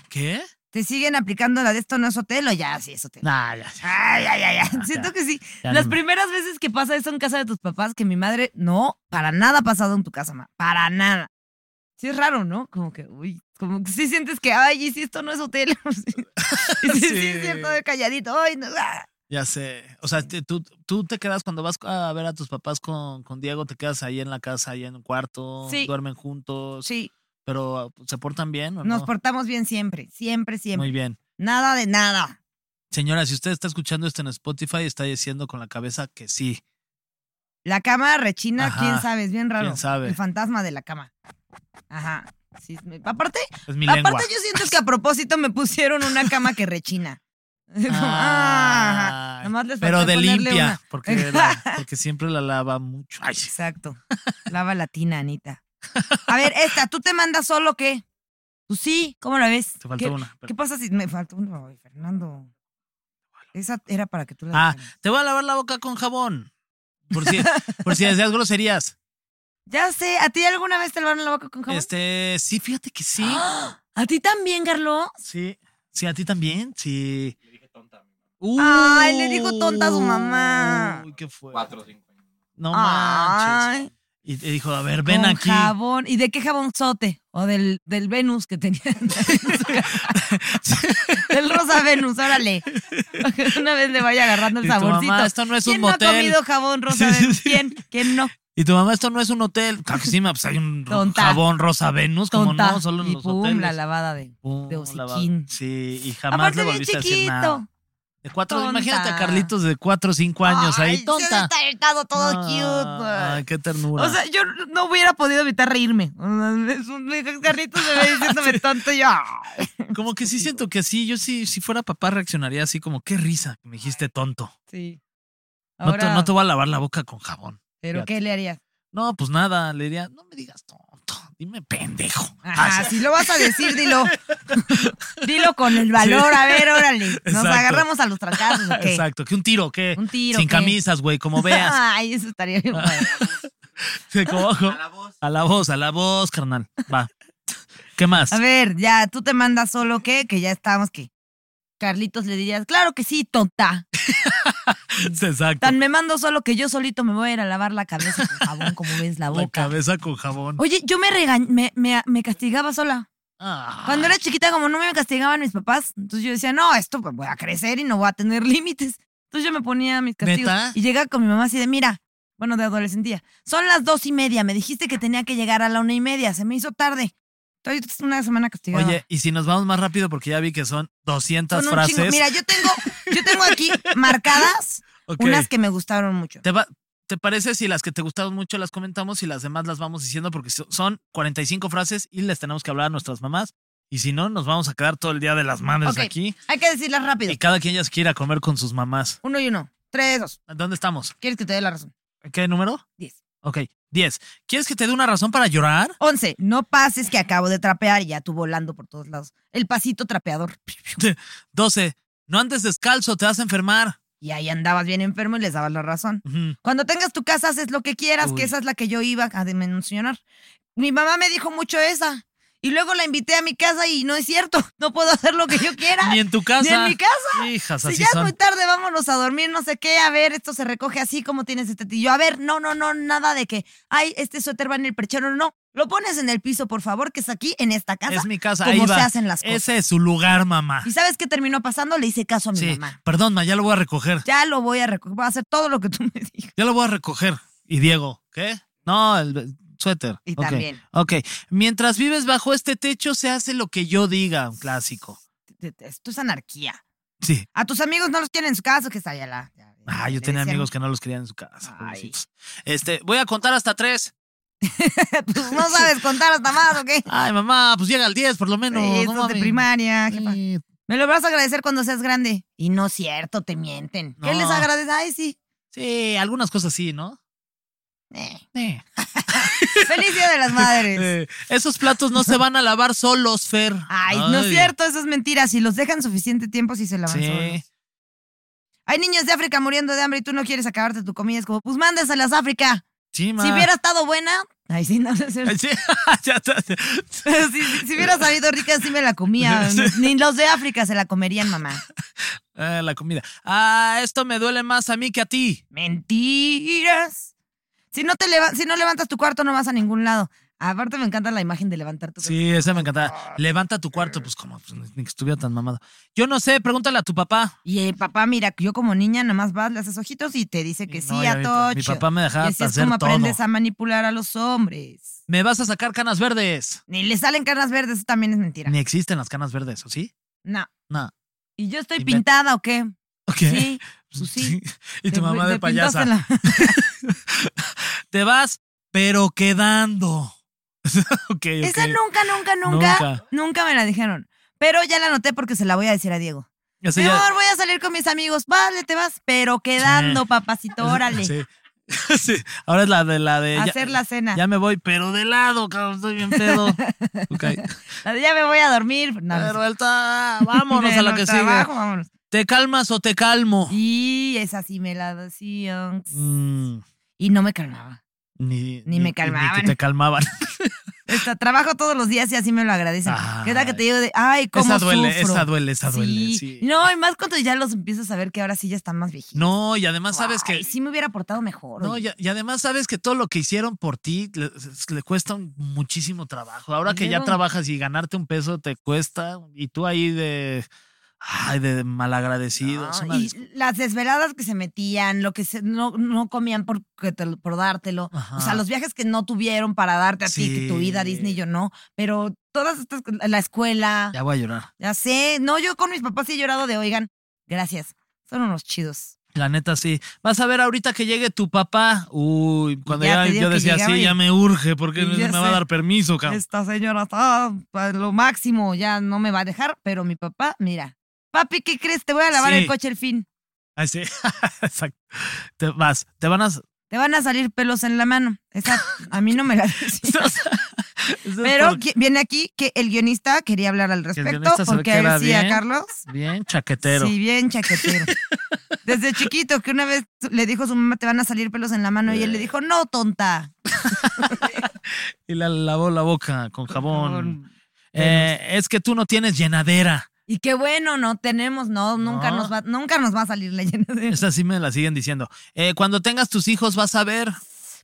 [SPEAKER 2] ¿Qué?
[SPEAKER 3] ¿te siguen aplicando la de esto no es hotel o ya sí es hotel?
[SPEAKER 2] Nah, ya.
[SPEAKER 3] Ay, ay, ay, ay.
[SPEAKER 2] Ah,
[SPEAKER 3] Siento
[SPEAKER 2] [laughs] ya.
[SPEAKER 3] que sí.
[SPEAKER 2] ya
[SPEAKER 3] Las
[SPEAKER 2] no me-
[SPEAKER 3] primeras veces que pasa eso en casa de tus papás, que mi madre, no, para nada ha pasado en tu casa, ma. Para nada. Sí es raro, ¿no? Como que, uy, como que sí sientes que, ay, y si esto no es hotel. [laughs]
[SPEAKER 2] [laughs]
[SPEAKER 3] y sí, sí. es
[SPEAKER 2] Sí.
[SPEAKER 3] cierto, de calladito, ay, no. ah.
[SPEAKER 2] Ya sé. O sea, te- tú, tú te quedas cuando vas a ver a tus papás con, con Diego, te quedas ahí en la casa, ahí en un cuarto,
[SPEAKER 3] Sí.
[SPEAKER 2] duermen juntos,
[SPEAKER 3] Sí,
[SPEAKER 2] pero pues, ¿se portan bien o
[SPEAKER 3] nos
[SPEAKER 2] no?
[SPEAKER 3] portamos bien siempre, siempre, siempre.
[SPEAKER 2] Muy bien.
[SPEAKER 3] Nada de nada.
[SPEAKER 2] Señora, si usted está escuchando esto en Spotify, está diciendo con la cabeza que sí.
[SPEAKER 3] La cama rechina,
[SPEAKER 2] Ajá,
[SPEAKER 3] quién sabe, es bien raro.
[SPEAKER 2] quién sabe.
[SPEAKER 3] El fantasma de la cama. Ajá. Sí, es muy- aparte,
[SPEAKER 2] Es mi
[SPEAKER 3] aparte
[SPEAKER 2] lengua.
[SPEAKER 3] yo siento que a propósito me pusieron una cama que rechina. [laughs] Como, ah, ajá.
[SPEAKER 2] Ay,
[SPEAKER 3] Nomás les
[SPEAKER 2] pero
[SPEAKER 3] faltó
[SPEAKER 2] de
[SPEAKER 3] ponerle
[SPEAKER 2] limpia,
[SPEAKER 3] una. [laughs]
[SPEAKER 2] porque, la- porque siempre la lava mucho. Ay, sí.
[SPEAKER 3] Exacto. Lava latina, Anita. A ver, esta, ¿tú te mandas solo qué? Pues sí, ¿cómo la ves?
[SPEAKER 2] te faltó
[SPEAKER 3] ¿Qué,
[SPEAKER 2] una. pero-
[SPEAKER 3] ¿Qué pasa si me faltó una? Ay, Fernando. Esa era para que tú la
[SPEAKER 2] Ah,
[SPEAKER 3] dijeras.
[SPEAKER 2] te voy a lavar la boca con jabón. Por si, por si deseas groserías.
[SPEAKER 3] Ya sé, ¿a ti alguna vez te lavaron la boca con jabón?
[SPEAKER 2] Este, sí, fíjate que sí.
[SPEAKER 3] ¡Ah! [gasps] ¿A ti también, Carlos?
[SPEAKER 2] Sí. Sí, a ti también. Sí. Le dije tonta.
[SPEAKER 3] Ay, le dijo tonta a su mamá.
[SPEAKER 2] Uy, qué fue.
[SPEAKER 1] Cuatro o cinco años.
[SPEAKER 2] No
[SPEAKER 3] Ay,
[SPEAKER 2] manches. Y te dijo, a ver, ven
[SPEAKER 3] con
[SPEAKER 2] aquí.
[SPEAKER 3] jabón. ¿Y de qué jabón sote? O del, del Venus que
[SPEAKER 2] [laughs]
[SPEAKER 3] tenía. [laughs] del rosa Venus,
[SPEAKER 2] [laughs]
[SPEAKER 3] órale. Una vez le vaya agarrando el
[SPEAKER 2] Y tu
[SPEAKER 3] saborcito.
[SPEAKER 2] mamá, esto no es un
[SPEAKER 3] ¿Quién no ha
[SPEAKER 2] motel.
[SPEAKER 3] comido jabón rosa
[SPEAKER 2] Sí, [laughs] sí,
[SPEAKER 3] Venus?
[SPEAKER 2] sí. Pues
[SPEAKER 3] ¿Quién? ¿Quién no?
[SPEAKER 2] Y tu mamá, esto no es un hotel. Claro que sí, ma, pues hay un ro-
[SPEAKER 3] [laughs] Tonta.
[SPEAKER 2] jabón rosa Venus, como
[SPEAKER 3] Tonta.
[SPEAKER 2] no, solo en
[SPEAKER 3] y
[SPEAKER 2] los
[SPEAKER 3] pum,
[SPEAKER 2] hoteles.
[SPEAKER 3] la lavada de.
[SPEAKER 2] Pum,
[SPEAKER 3] de
[SPEAKER 2] lavado.
[SPEAKER 3] hociquín.
[SPEAKER 2] Sí, y jamás
[SPEAKER 3] Aparte
[SPEAKER 2] le
[SPEAKER 3] bien
[SPEAKER 2] volviste a decir
[SPEAKER 3] chiquito.
[SPEAKER 2] nada. De cuatro,
[SPEAKER 3] Tonta.
[SPEAKER 2] imagínate a Carlitos de cuatro o cinco años
[SPEAKER 3] Ay,
[SPEAKER 2] ahí,
[SPEAKER 3] Se
[SPEAKER 2] tonta. Ah,
[SPEAKER 3] ha estado todo cute.
[SPEAKER 2] Ay, qué ternura.
[SPEAKER 3] O sea, yo no hubiera podido evitar reírme. Es un carrito se ve
[SPEAKER 2] [laughs]
[SPEAKER 3] diciéndome tonto y yo. ay.
[SPEAKER 2] Como que sí siento que sí, yo sí, si fuera papá reaccionaría así como, qué risa, que me dijiste tonto.
[SPEAKER 3] Sí.
[SPEAKER 2] No te-
[SPEAKER 3] Ahora,
[SPEAKER 2] no, te, voy a lavar la boca con jabón.
[SPEAKER 3] ¿Pero
[SPEAKER 2] fíjate.
[SPEAKER 3] qué le harías?
[SPEAKER 2] No, pues nada, le diría, no me digas tonto, dime pendejo. [laughs]
[SPEAKER 3] Ajá,
[SPEAKER 2] Ah, sí.
[SPEAKER 3] si lo vas a decir,
[SPEAKER 2] [laughs]
[SPEAKER 3] dilo. dilo con el valor. A ver, órale. Nos
[SPEAKER 2] Exacto.
[SPEAKER 3] agarramos a los trancazos, ¿o qué?
[SPEAKER 2] Exacto, que un tiro, que
[SPEAKER 3] Un tiro.
[SPEAKER 2] sin
[SPEAKER 3] ¿qué?
[SPEAKER 2] camisas, güey, como veas.
[SPEAKER 3] [laughs]
[SPEAKER 2] [laughs] Ah.
[SPEAKER 3] Ay, eso estaría bien. padre.
[SPEAKER 2] Sí, como, ojo.
[SPEAKER 1] A la voz.
[SPEAKER 2] A la voz, a la voz, carnal. Va. ¿Qué más?
[SPEAKER 3] A ver, ya, tú te mandas solo qué, que ya estábamos que. Carlitos le dirías, claro que sí, tonta.
[SPEAKER 2] [laughs] Exacto.
[SPEAKER 3] Tan me mando solo que yo solito me voy a ir a lavar la cabeza con jabón, como ves la
[SPEAKER 2] La
[SPEAKER 3] boca.
[SPEAKER 2] cabeza con jabón.
[SPEAKER 3] Oye, yo me, regañ- me, me, me castigaba sola.
[SPEAKER 2] Ah.
[SPEAKER 3] Cuando era chiquita, como no me castigaban mis papás, entonces yo decía, no, esto pues voy a crecer y no voy a tener [laughs] límites. Entonces yo me ponía mis castigos.
[SPEAKER 2] ¿Neta?
[SPEAKER 3] Y llega con mi mamá así de, mira, bueno, de adolescentía, son las dos y media, me dijiste que tenía que llegar a la una y media, se me hizo tarde. Estoy una semana castigada.
[SPEAKER 2] Oye, y si nos vamos más rápido, porque ya vi que son 200
[SPEAKER 3] Con un
[SPEAKER 2] frases.
[SPEAKER 3] chingo- Mira, yo tengo, yo tengo aquí marcadas
[SPEAKER 2] [laughs] Ok.
[SPEAKER 3] unas que me gustaron mucho.
[SPEAKER 2] ¿Te, va- ¿Te parece si las que te gustaron mucho las comentamos y las demás las vamos diciendo? Porque so- son 45 frases y les tenemos que hablar a nuestras mamás. Y si no, nos vamos a quedar todo el día de las madres
[SPEAKER 3] Ok.
[SPEAKER 2] aquí.
[SPEAKER 3] Hay que decirlas rápido.
[SPEAKER 2] Y cada quien ya se quiere ir a comer con sus mamás.
[SPEAKER 3] Uno y uno. Tres, dos.
[SPEAKER 2] ¿Dónde estamos?
[SPEAKER 3] ¿Quieres que te dé la razón?
[SPEAKER 2] ¿Qué número?
[SPEAKER 3] Diez.
[SPEAKER 2] Ok, 10. ¿Quieres que te dé una razón para llorar?
[SPEAKER 3] Once. No pases que acabo de trapear y ya tú volando por todos lados. El pasito trapeador.
[SPEAKER 2] 12. No andes descalzo, te vas a enfermar.
[SPEAKER 3] Y ahí andabas bien enfermo y les dabas la razón.
[SPEAKER 2] Ujú.
[SPEAKER 3] Cuando tengas tu casa, haces lo que quieras,
[SPEAKER 2] Uy.
[SPEAKER 3] que esa es la que yo iba a mencionar. Mi mamá me dijo mucho esa. Y luego la invité a mi casa y no es cierto. [laughs] No puedo hacer lo que yo quiera.
[SPEAKER 2] [laughs] Ni en tu casa.
[SPEAKER 3] Ni en mi casa.
[SPEAKER 2] Hijas,
[SPEAKER 3] Si
[SPEAKER 2] así
[SPEAKER 3] ya es muy
[SPEAKER 2] son.
[SPEAKER 3] tarde, vámonos a dormir, no sé qué, a ver, esto se recoge así como tienes este tío. A ver, no, no, no, nada de que, ay, este suéter va en el perchero, no. Lo pones en el piso, por favor, que es aquí, en esta casa.
[SPEAKER 2] Es mi casa.
[SPEAKER 3] como
[SPEAKER 2] Ahí
[SPEAKER 3] se
[SPEAKER 2] va.
[SPEAKER 3] hacen las cosas.
[SPEAKER 2] Ese es su lugar, mamá.
[SPEAKER 3] ¿Y sabes qué terminó pasando? Le hice caso a mi
[SPEAKER 2] Sí.
[SPEAKER 3] mamá.
[SPEAKER 2] Perdón, ma, ya lo voy a recoger.
[SPEAKER 3] Ya lo voy a recoger, voy a hacer todo lo que tú me [laughs] digas.
[SPEAKER 2] Ya lo voy a recoger. Y Diego, ¿qué? No, el el suéter.
[SPEAKER 3] Y
[SPEAKER 2] Ok,
[SPEAKER 3] también.
[SPEAKER 2] Ok. Mientras vives bajo este techo, se hace lo que yo diga. Un clásico.
[SPEAKER 3] Esto es anarquía.
[SPEAKER 2] Sí.
[SPEAKER 3] A tus amigos no los tienen en su casa, que está allá la. ya- ya
[SPEAKER 2] Ah,
[SPEAKER 3] le
[SPEAKER 2] yo tenía
[SPEAKER 3] decían.
[SPEAKER 2] amigos que no los querían en su casa.
[SPEAKER 3] Ay.
[SPEAKER 2] pobrecitos. Este, voy a contar hasta tres.
[SPEAKER 3] [laughs] Pues no sabes contar hasta más, ¿o
[SPEAKER 2] [laughs]
[SPEAKER 3] qué?
[SPEAKER 2] Ay, mamá, pues llega al 10 por lo menos.
[SPEAKER 3] Sí, esto
[SPEAKER 2] no
[SPEAKER 3] es de
[SPEAKER 2] mames.
[SPEAKER 3] primaria, jefa.
[SPEAKER 2] Sí,
[SPEAKER 3] Me lo vas a agradecer cuando seas grande. Y no es cierto, te mienten. ¿Qué
[SPEAKER 2] No.
[SPEAKER 3] les agradece? Ay, sí.
[SPEAKER 2] sí, algunas cosas sí, ¿no?
[SPEAKER 3] Eh.
[SPEAKER 2] Eh.
[SPEAKER 3] Feliz Día
[SPEAKER 2] [laughs]
[SPEAKER 3] de las Madres.
[SPEAKER 2] Eh, esos platos no se van a lavar solos, Fer.
[SPEAKER 3] Ay, no es cierto, eso es mentira. Si los dejan suficiente tiempo, sí se lavan
[SPEAKER 2] Sí.
[SPEAKER 3] solos. Hay niños de África muriendo de hambre y tú no quieres acabarte tu comida. Es como, pues mándaselas a África.
[SPEAKER 2] Sí, ma.
[SPEAKER 3] Si hubiera estado buena, ay, sí, no, no es
[SPEAKER 2] [laughs]
[SPEAKER 3] cierto.
[SPEAKER 2] Ay, [laughs] sí, ya está.
[SPEAKER 3] [laughs] Pero si, si hubiera sabido rica, sí me la comía.
[SPEAKER 2] [laughs] Sí.
[SPEAKER 3] Ni los de África se la comerían, mamá.
[SPEAKER 2] Ah, la comida. Ah, esto me duele más a mí que a ti.
[SPEAKER 3] Mentiras. Si no, te leva- si no levantas tu cuarto, no vas a ningún lado. Aparte, me encanta la imagen de levantar tu cuarto.
[SPEAKER 2] Ah, Sí, esa me encantaba. Levanta tu cuarto, pues como pues, ni que estuviera tan mamado. Yo no sé, pregúntale a tu papá.
[SPEAKER 3] Y eh, papá, mira, yo como niña, nada más vas, le haces ojitos y te dice que
[SPEAKER 2] Y
[SPEAKER 3] sí
[SPEAKER 2] no, ya
[SPEAKER 3] a
[SPEAKER 2] vi,
[SPEAKER 3] tocho.
[SPEAKER 2] Mi papá me
[SPEAKER 3] Y
[SPEAKER 2] dejaba
[SPEAKER 3] así es
[SPEAKER 2] hacer
[SPEAKER 3] como
[SPEAKER 2] todo.
[SPEAKER 3] aprendes a manipular a los hombres.
[SPEAKER 2] Me vas a sacar canas verdes.
[SPEAKER 3] Ni le salen canas verdes, eso también es mentira.
[SPEAKER 2] Ni existen las canas verdes, ¿o sí?
[SPEAKER 3] No.
[SPEAKER 2] No.
[SPEAKER 3] ¿Y yo estoy
[SPEAKER 2] Inventa-
[SPEAKER 3] pintada o qué?
[SPEAKER 2] Ok. [laughs]
[SPEAKER 3] Sí. pues sí.
[SPEAKER 2] y tu
[SPEAKER 3] Te-
[SPEAKER 2] mamá
[SPEAKER 3] te
[SPEAKER 2] de payasa.
[SPEAKER 3] pintaste
[SPEAKER 2] [laughs]
[SPEAKER 3] la-
[SPEAKER 2] Te vas, pero quedando. [laughs] ok, ok.
[SPEAKER 3] Esa nunca, nunca, nunca,
[SPEAKER 2] Nunca.
[SPEAKER 3] nunca, me la dijeron. Pero ya la anoté porque se la voy a decir a Diego.
[SPEAKER 2] Esa ya-
[SPEAKER 3] Mi amor, voy a salir con mis amigos. Vale, te vas. Pero quedando, papacito, órale.
[SPEAKER 2] [laughs] Sí. Sí. Ahora es la de la de.
[SPEAKER 3] a
[SPEAKER 2] ya-
[SPEAKER 3] hacer la cena.
[SPEAKER 2] Ya me voy, pero de lado, cabrón, estoy
[SPEAKER 3] [laughs]
[SPEAKER 2] bien pedo. Ok.
[SPEAKER 3] La de ya me voy a dormir. No, no
[SPEAKER 2] Pero
[SPEAKER 3] sé.
[SPEAKER 2] alta, vámonos a
[SPEAKER 3] Bueno,
[SPEAKER 2] la que sigue.
[SPEAKER 3] trabajo, vámonos.
[SPEAKER 2] ¿Te calmas o te calmo?
[SPEAKER 3] Y esa sí me la decían.
[SPEAKER 2] Mm,
[SPEAKER 3] Y no me calmaba.
[SPEAKER 2] ni,
[SPEAKER 3] me calmaban.
[SPEAKER 2] que te calmaban.
[SPEAKER 3] Hasta trabajo todos los días y así me lo agradecen.
[SPEAKER 2] Ay.
[SPEAKER 3] ¿Qué tal que te digo de, ay, [laughs] cómo
[SPEAKER 2] esa duele,
[SPEAKER 3] sufro?
[SPEAKER 2] esa duele, esa duele.
[SPEAKER 3] Sí.
[SPEAKER 2] sí.
[SPEAKER 3] No, y más cuando ya los empiezas a ver que ahora sí ya están más viejitos.
[SPEAKER 2] No, y además sabes
[SPEAKER 3] Ay,
[SPEAKER 2] que.
[SPEAKER 3] sí me hubiera portado mejor.
[SPEAKER 2] No,
[SPEAKER 3] oye.
[SPEAKER 2] y, y además sabes que todo lo que hicieron por ti le, le cuesta un- muchísimo trabajo. Ahora que ya
[SPEAKER 3] Luego-
[SPEAKER 2] trabajas y ganarte un peso te cuesta, y tú ahí de. Ay, de malagradecido.
[SPEAKER 3] No,
[SPEAKER 2] es una
[SPEAKER 3] y
[SPEAKER 2] disculpa.
[SPEAKER 3] las desveladas que se metían, lo que se- no, no comían por, que te lo- por dártelo. O
[SPEAKER 2] Ajá.
[SPEAKER 3] sea, los viajes que no tuvieron para darte a ti, que tu vida a Disney
[SPEAKER 2] Sí.
[SPEAKER 3] yo no. Pero todas estas, la escuela, ya.
[SPEAKER 2] Ya voy a llorar.
[SPEAKER 3] sé. No, yo con mis papás sí he llorado de, oigan, gracias. Son unos chidos.
[SPEAKER 2] La neta, sí. Vas a ver ahorita que llegue tu papá. Uy, cuando
[SPEAKER 3] Ya
[SPEAKER 2] ya,
[SPEAKER 3] te digo
[SPEAKER 2] yo
[SPEAKER 3] que
[SPEAKER 2] decía,
[SPEAKER 3] llegaba
[SPEAKER 2] sí,
[SPEAKER 3] y-
[SPEAKER 2] ya me urge porque
[SPEAKER 3] y
[SPEAKER 2] no
[SPEAKER 3] ya
[SPEAKER 2] me va a
[SPEAKER 3] sé.
[SPEAKER 2] dar permiso, cabrón.
[SPEAKER 3] Esta señora está a lo máximo, ya no me va a dejar, pero mi papá, mira. Papi, ¿qué crees? Te voy a lavar
[SPEAKER 2] Sí.
[SPEAKER 3] el coche el fin.
[SPEAKER 2] Ay, sí. [laughs] Exacto. Te vas, te van a.
[SPEAKER 3] Te van a salir pelos en la mano.
[SPEAKER 2] [laughs]
[SPEAKER 3] Esa a mí no me la decía.
[SPEAKER 2] Eso es
[SPEAKER 3] Pero
[SPEAKER 2] por-
[SPEAKER 3] qui- viene aquí que el guionista quería hablar al
[SPEAKER 2] el
[SPEAKER 3] respecto
[SPEAKER 2] guionista se ve
[SPEAKER 3] porque
[SPEAKER 2] que era
[SPEAKER 3] decía
[SPEAKER 2] bien
[SPEAKER 3] Carlos.
[SPEAKER 2] Bien, chaquetero.
[SPEAKER 3] Sí, bien chaquetero.
[SPEAKER 2] [laughs]
[SPEAKER 3] Desde chiquito, que una vez tu- le dijo a su mamá, te van a salir pelos en la mano, y él
[SPEAKER 2] Eh.
[SPEAKER 3] le dijo, no, tonta.
[SPEAKER 2] Y le lavó la boca con jabón.
[SPEAKER 3] Con-
[SPEAKER 2] Eh, es que tú no tienes llenadera.
[SPEAKER 3] Y qué bueno, no tenemos, no, nunca,
[SPEAKER 2] No.
[SPEAKER 3] Nos va, nunca nos va a salir la llenadera.
[SPEAKER 2] Esa sí me la siguen diciendo. Eh, cuando tengas tus hijos vas a ver.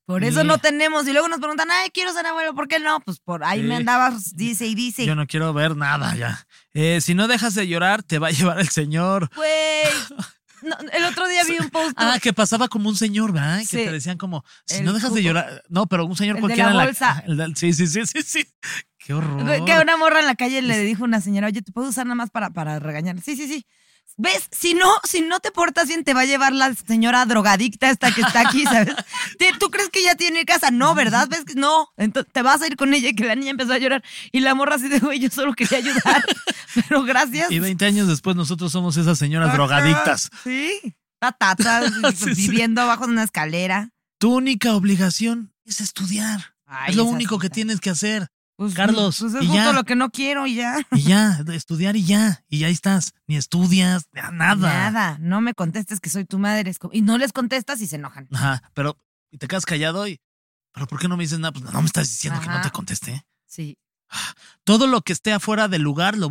[SPEAKER 3] Por eso
[SPEAKER 2] Mira.
[SPEAKER 3] no tenemos. Y luego nos preguntan, ay, quiero ser abuelo, ¿por qué no? Pues por ahí me
[SPEAKER 2] Sí.
[SPEAKER 3] andabas, dice y dice.
[SPEAKER 2] Yo no quiero ver nada ya. Eh, si no dejas de llorar, te va a [laughs] llevar el señor.
[SPEAKER 3] Güey.
[SPEAKER 2] [laughs]
[SPEAKER 3] No, el otro día vi un post.
[SPEAKER 2] Ah, que pasaba como un señor, ¿verdad? Que
[SPEAKER 3] Sí.
[SPEAKER 2] te decían como, si
[SPEAKER 3] El
[SPEAKER 2] no dejas de
[SPEAKER 3] cuco.
[SPEAKER 2] llorar. No, pero un
[SPEAKER 3] El
[SPEAKER 2] señor
[SPEAKER 3] de
[SPEAKER 2] cualquiera.
[SPEAKER 3] la
[SPEAKER 2] en
[SPEAKER 3] bolsa.
[SPEAKER 2] Ah, el del- sí, sí, sí, sí, sí. Qué horror.
[SPEAKER 3] Güey, Que una morra en la calle le dijo a una señora, oye, ¿te puedo usar nada más para, para regañar? Sí, sí, sí. ¿Ves? Si no, si no te portas bien, te va a llevar la señora drogadicta esta que está aquí,
[SPEAKER 2] [laughs]
[SPEAKER 3] ¿sabes? Te- ¿Tú crees que ya tiene casa? No, ¿verdad? ¿Ves que no? Entonces te vas a ir con ella y que la niña empezó a llorar. Y la morra así de, güey, yo solo quería ayudar. [laughs] Pero gracias.
[SPEAKER 2] Y 20 años después nosotros somos esas señoras
[SPEAKER 3] Ajá,
[SPEAKER 2] drogadictas.
[SPEAKER 3] Sí. Patatas, pues,
[SPEAKER 2] [laughs] Sí, sí.
[SPEAKER 3] viviendo abajo de una escalera.
[SPEAKER 2] Tu única obligación es estudiar.
[SPEAKER 3] Ay,
[SPEAKER 2] es lo
[SPEAKER 3] esa
[SPEAKER 2] único que
[SPEAKER 3] cita.
[SPEAKER 2] tienes que hacer.
[SPEAKER 3] Pues,
[SPEAKER 2] Carlos,
[SPEAKER 3] Pues es
[SPEAKER 2] y
[SPEAKER 3] justo
[SPEAKER 2] ya.
[SPEAKER 3] lo que no quiero y ya.
[SPEAKER 2] Y ya, estudiar y ya. Y ya estás. Ni estudias, na- nada.
[SPEAKER 3] Nada, no me contestes que soy tu madre. Es como- Y no les contestas y se enojan.
[SPEAKER 2] Ajá, pero y te quedas callado y. ¿Pero por qué no me dices nada? Pues no me estás diciendo que no
[SPEAKER 3] Ajá.
[SPEAKER 2] te contesté.
[SPEAKER 3] Sí.
[SPEAKER 2] Todo lo que esté afuera del lugar lo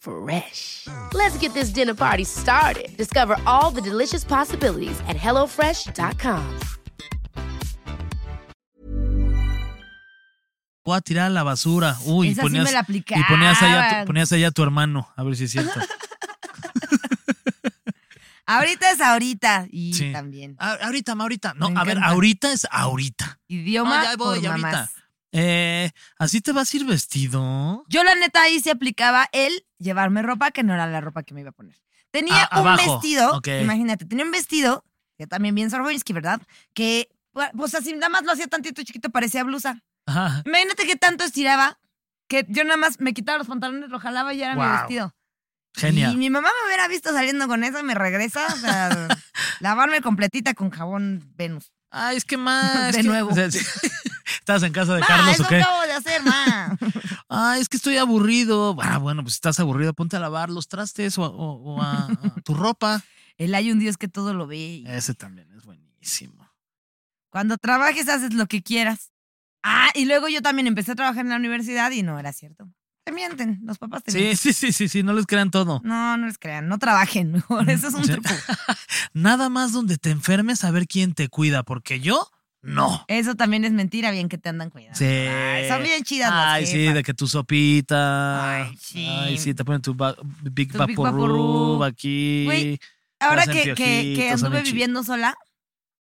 [SPEAKER 4] Fresh. Let's get this dinner party started. Discover all the delicious possibilities at hellofresh.com.
[SPEAKER 2] voy a tirar a la basura. Uy, y
[SPEAKER 3] Esa sí
[SPEAKER 2] ponías,
[SPEAKER 3] me la
[SPEAKER 2] y ponías allá,
[SPEAKER 3] aplicaban.
[SPEAKER 2] tu- ponías allá a tu hermano. A ver si es
[SPEAKER 3] [laughs]
[SPEAKER 2] cierto.
[SPEAKER 3] Ahorita es ahorita. Y
[SPEAKER 2] Sí.
[SPEAKER 3] también.
[SPEAKER 2] A- ahorita, ma, ahorita. No,
[SPEAKER 3] Me
[SPEAKER 2] a ver,
[SPEAKER 3] encanta.
[SPEAKER 2] ahorita es ahorita.
[SPEAKER 3] Idioma
[SPEAKER 2] Ah, ya voy,
[SPEAKER 3] por
[SPEAKER 2] ahorita.
[SPEAKER 3] mamás.
[SPEAKER 2] Eh, ¿Así te vas a ir vestido?
[SPEAKER 3] Yo la neta ahí se aplicaba el llevarme ropa que no era la ropa que me iba a poner. Tenía
[SPEAKER 2] A-
[SPEAKER 3] un
[SPEAKER 2] abajo,
[SPEAKER 3] vestido,
[SPEAKER 2] ok.
[SPEAKER 3] imagínate, tenía un vestido, que también bien Sorboinsky, ¿verdad? Que, pues así nada más lo hacía tantito chiquito, parecía blusa.
[SPEAKER 2] Ajá.
[SPEAKER 3] Imagínate que tanto estiraba que yo nada más me quitaba los pantalones, lo jalaba y ya era mi
[SPEAKER 2] Wow.
[SPEAKER 3] vestido. Y
[SPEAKER 2] Genial.
[SPEAKER 3] mi mamá me hubiera visto saliendo con eso y me regresa. O sea,
[SPEAKER 2] [laughs]
[SPEAKER 3] lavarme completita con jabón Venus. [laughs]
[SPEAKER 2] Ay, es que más.
[SPEAKER 3] De
[SPEAKER 2] [laughs]
[SPEAKER 3] nuevo.
[SPEAKER 2] ¿Estabas en casa de
[SPEAKER 3] Ma,
[SPEAKER 2] Carlos
[SPEAKER 3] Ah, eso
[SPEAKER 2] o qué?
[SPEAKER 3] acabo de hacer, ma.
[SPEAKER 2] [laughs] Ay, es que estoy aburrido. Ah, bueno, pues si estás aburrido, ponte a lavar los trastes o, a- o- o a, a tu ropa.
[SPEAKER 3] El hay un Dios que todo lo ve. y
[SPEAKER 2] Ese también es buenísimo.
[SPEAKER 3] Cuando trabajes, haces lo que quieras. Ah, y luego yo también empecé a trabajar en la universidad y no era cierto. Te mienten, los papás te
[SPEAKER 2] Sí,
[SPEAKER 3] mienten.
[SPEAKER 2] sí, sí, sí, sí, no les crean todo.
[SPEAKER 3] No, no les crean, no trabajen [laughs] mejor. Eso es un
[SPEAKER 2] Sí.
[SPEAKER 3] truco.
[SPEAKER 2] Nada más donde te enfermes a ver quién te cuida, porque yo no.
[SPEAKER 3] Eso también es mentira, bien que te andan cuidando.
[SPEAKER 2] Sí.
[SPEAKER 3] Ay, son bien chidas las
[SPEAKER 2] Ay, sí,
[SPEAKER 3] jefas.
[SPEAKER 2] de que tu sopita.
[SPEAKER 3] Ay, sí.
[SPEAKER 2] Ay, sí, te ponen tu ba- Big
[SPEAKER 3] Tu Big
[SPEAKER 2] Vaporub
[SPEAKER 3] Vaporub.
[SPEAKER 2] aquí.
[SPEAKER 3] Güey, Ahora
[SPEAKER 2] hacen
[SPEAKER 3] que, que- que
[SPEAKER 2] piojitos, son
[SPEAKER 3] anduve
[SPEAKER 2] bien chi-
[SPEAKER 3] viviendo sola,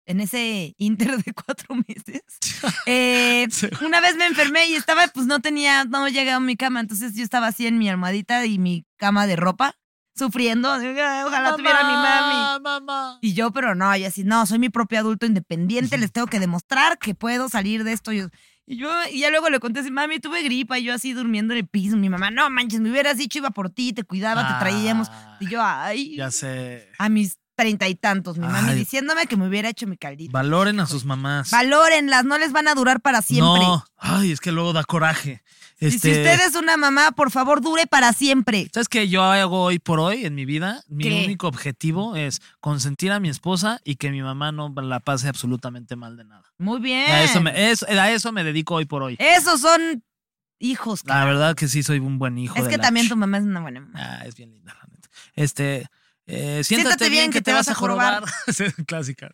[SPEAKER 3] en ese inter de cuatro [laughs] meses,
[SPEAKER 2] [laughs]
[SPEAKER 3] eh, una vez me enfermé y estaba, pues no tenía, no llegaba a mi cama, entonces yo estaba así en mi armadita y mi cama de ropa, sufriendo, así, "Ah, ojalá tuviera mi mami.
[SPEAKER 2] mamá.
[SPEAKER 3] Y yo, pero no, y así, no, soy mi propio adulto independiente, les tengo que demostrar que puedo salir de esto. Y yo, y yo- y ya luego le conté así, mami, tuve gripa, y yo así durmiendo en el piso, mi mamá, no manches, me hubieras dicho, iba por ti, te cuidaba, te traíamos. Y yo, ay
[SPEAKER 2] Ah, Ya sé.
[SPEAKER 3] a mis treinta y tantos, mi mami,
[SPEAKER 2] Ay.
[SPEAKER 3] diciéndome que me hubiera hecho mi caldito.
[SPEAKER 2] Valoren a sus mamás.
[SPEAKER 3] Valórenlas, no les van a durar para siempre.
[SPEAKER 2] No. Ay, es que luego da coraje.
[SPEAKER 3] Y
[SPEAKER 2] Este,
[SPEAKER 3] si usted es una mamá, por favor, dure para siempre.
[SPEAKER 2] ¿Sabes qué yo hago hoy por hoy en mi vida? Mi
[SPEAKER 3] ¿Qué?
[SPEAKER 2] único objetivo es consentir a mi esposa y que mi mamá no la pase absolutamente mal de nada.
[SPEAKER 3] Muy bien.
[SPEAKER 2] A eso me, eso- a eso me dedico hoy por hoy.
[SPEAKER 3] Esos son hijos.
[SPEAKER 2] La verdad que sí, soy un buen Ah, hijo.
[SPEAKER 3] es
[SPEAKER 2] de
[SPEAKER 3] que
[SPEAKER 2] la
[SPEAKER 3] también
[SPEAKER 2] ch-
[SPEAKER 3] tu mamá es una buena mamá.
[SPEAKER 2] Ah, es bien linda, la neta. Este. eh, siéntate, bien, que, te vas a jorobar. [laughs] Es Clásica.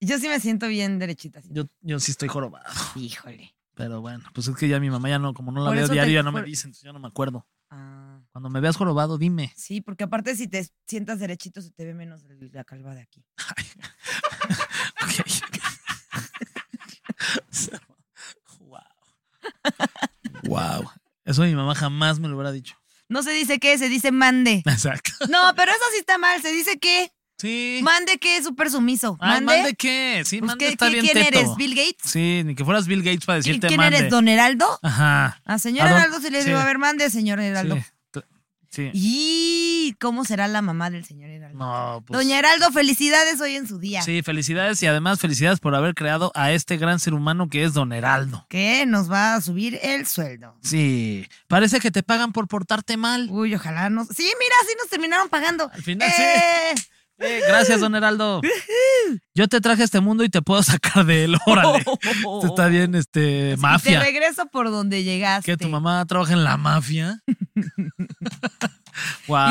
[SPEAKER 3] Yo sí me siento bien derechita. así.
[SPEAKER 2] Yo, yo sí estoy jorobado.
[SPEAKER 3] Híjole.
[SPEAKER 2] Pero bueno, pues es que ya mi mamá ya no, como no la
[SPEAKER 3] Por
[SPEAKER 2] veo
[SPEAKER 3] eso
[SPEAKER 2] diario,
[SPEAKER 3] te-
[SPEAKER 2] ya no me
[SPEAKER 3] por-
[SPEAKER 2] dice, entonces ya no me acuerdo.
[SPEAKER 3] Ah,
[SPEAKER 2] Cuando me veas jorobado, dime. [laughs]
[SPEAKER 3] sí, porque aparte si te sientas derechito se te ve menos el- la calva de aquí.
[SPEAKER 2] [laughs] wow. Wow. Eso mi mamá jamás me lo hubiera dicho. [laughs]
[SPEAKER 3] No se dice qué, se dice mande.
[SPEAKER 2] Exacto.
[SPEAKER 3] No, pero eso sí está mal. Se dice qué.
[SPEAKER 2] Sí.
[SPEAKER 3] Mande qué, súper sumiso.
[SPEAKER 2] Ay,
[SPEAKER 3] Mande.
[SPEAKER 2] ¿mande qué? Sí,
[SPEAKER 3] Pues,
[SPEAKER 2] mande
[SPEAKER 3] ¿qué-
[SPEAKER 2] está
[SPEAKER 3] qué-
[SPEAKER 2] bien
[SPEAKER 3] ¿Quién
[SPEAKER 2] teto.
[SPEAKER 3] eres? ¿Bill Gates?
[SPEAKER 2] Sí, ni que fueras Bill Gates para
[SPEAKER 3] ¿Qui-
[SPEAKER 2] decirte
[SPEAKER 3] ¿Quién
[SPEAKER 2] mande.
[SPEAKER 3] eres? ¿Don Heraldo?
[SPEAKER 2] Ajá.
[SPEAKER 3] A señor
[SPEAKER 2] ¿A don-
[SPEAKER 3] Heraldo sí le
[SPEAKER 2] sí.
[SPEAKER 3] digo, a ver, mande, señor Heraldo.
[SPEAKER 2] Sí. T- Sí.
[SPEAKER 3] ¿Y cómo será la mamá del señor Heraldo?
[SPEAKER 2] No, pues.
[SPEAKER 3] Doña Heraldo, felicidades hoy en su día.
[SPEAKER 2] Sí, felicidades y además felicidades por haber creado a este gran ser humano que es Don Heraldo.
[SPEAKER 3] Que nos va a subir el sueldo.
[SPEAKER 2] Sí. Parece que te pagan por portarte mal.
[SPEAKER 3] Uy, ojalá nos. Sí, mira, sí nos terminaron pagando.
[SPEAKER 2] Al final sí.
[SPEAKER 3] ¡Eh!
[SPEAKER 2] Eh, gracias, Don Heraldo. Yo te traje a este mundo y te puedo sacar de él. Órale. [laughs]
[SPEAKER 3] Oh,
[SPEAKER 2] Esto está bien, este,
[SPEAKER 3] Te
[SPEAKER 2] mafia.
[SPEAKER 3] regreso por donde llegaste.
[SPEAKER 2] Que tu mamá trabaja en la mafia. wow.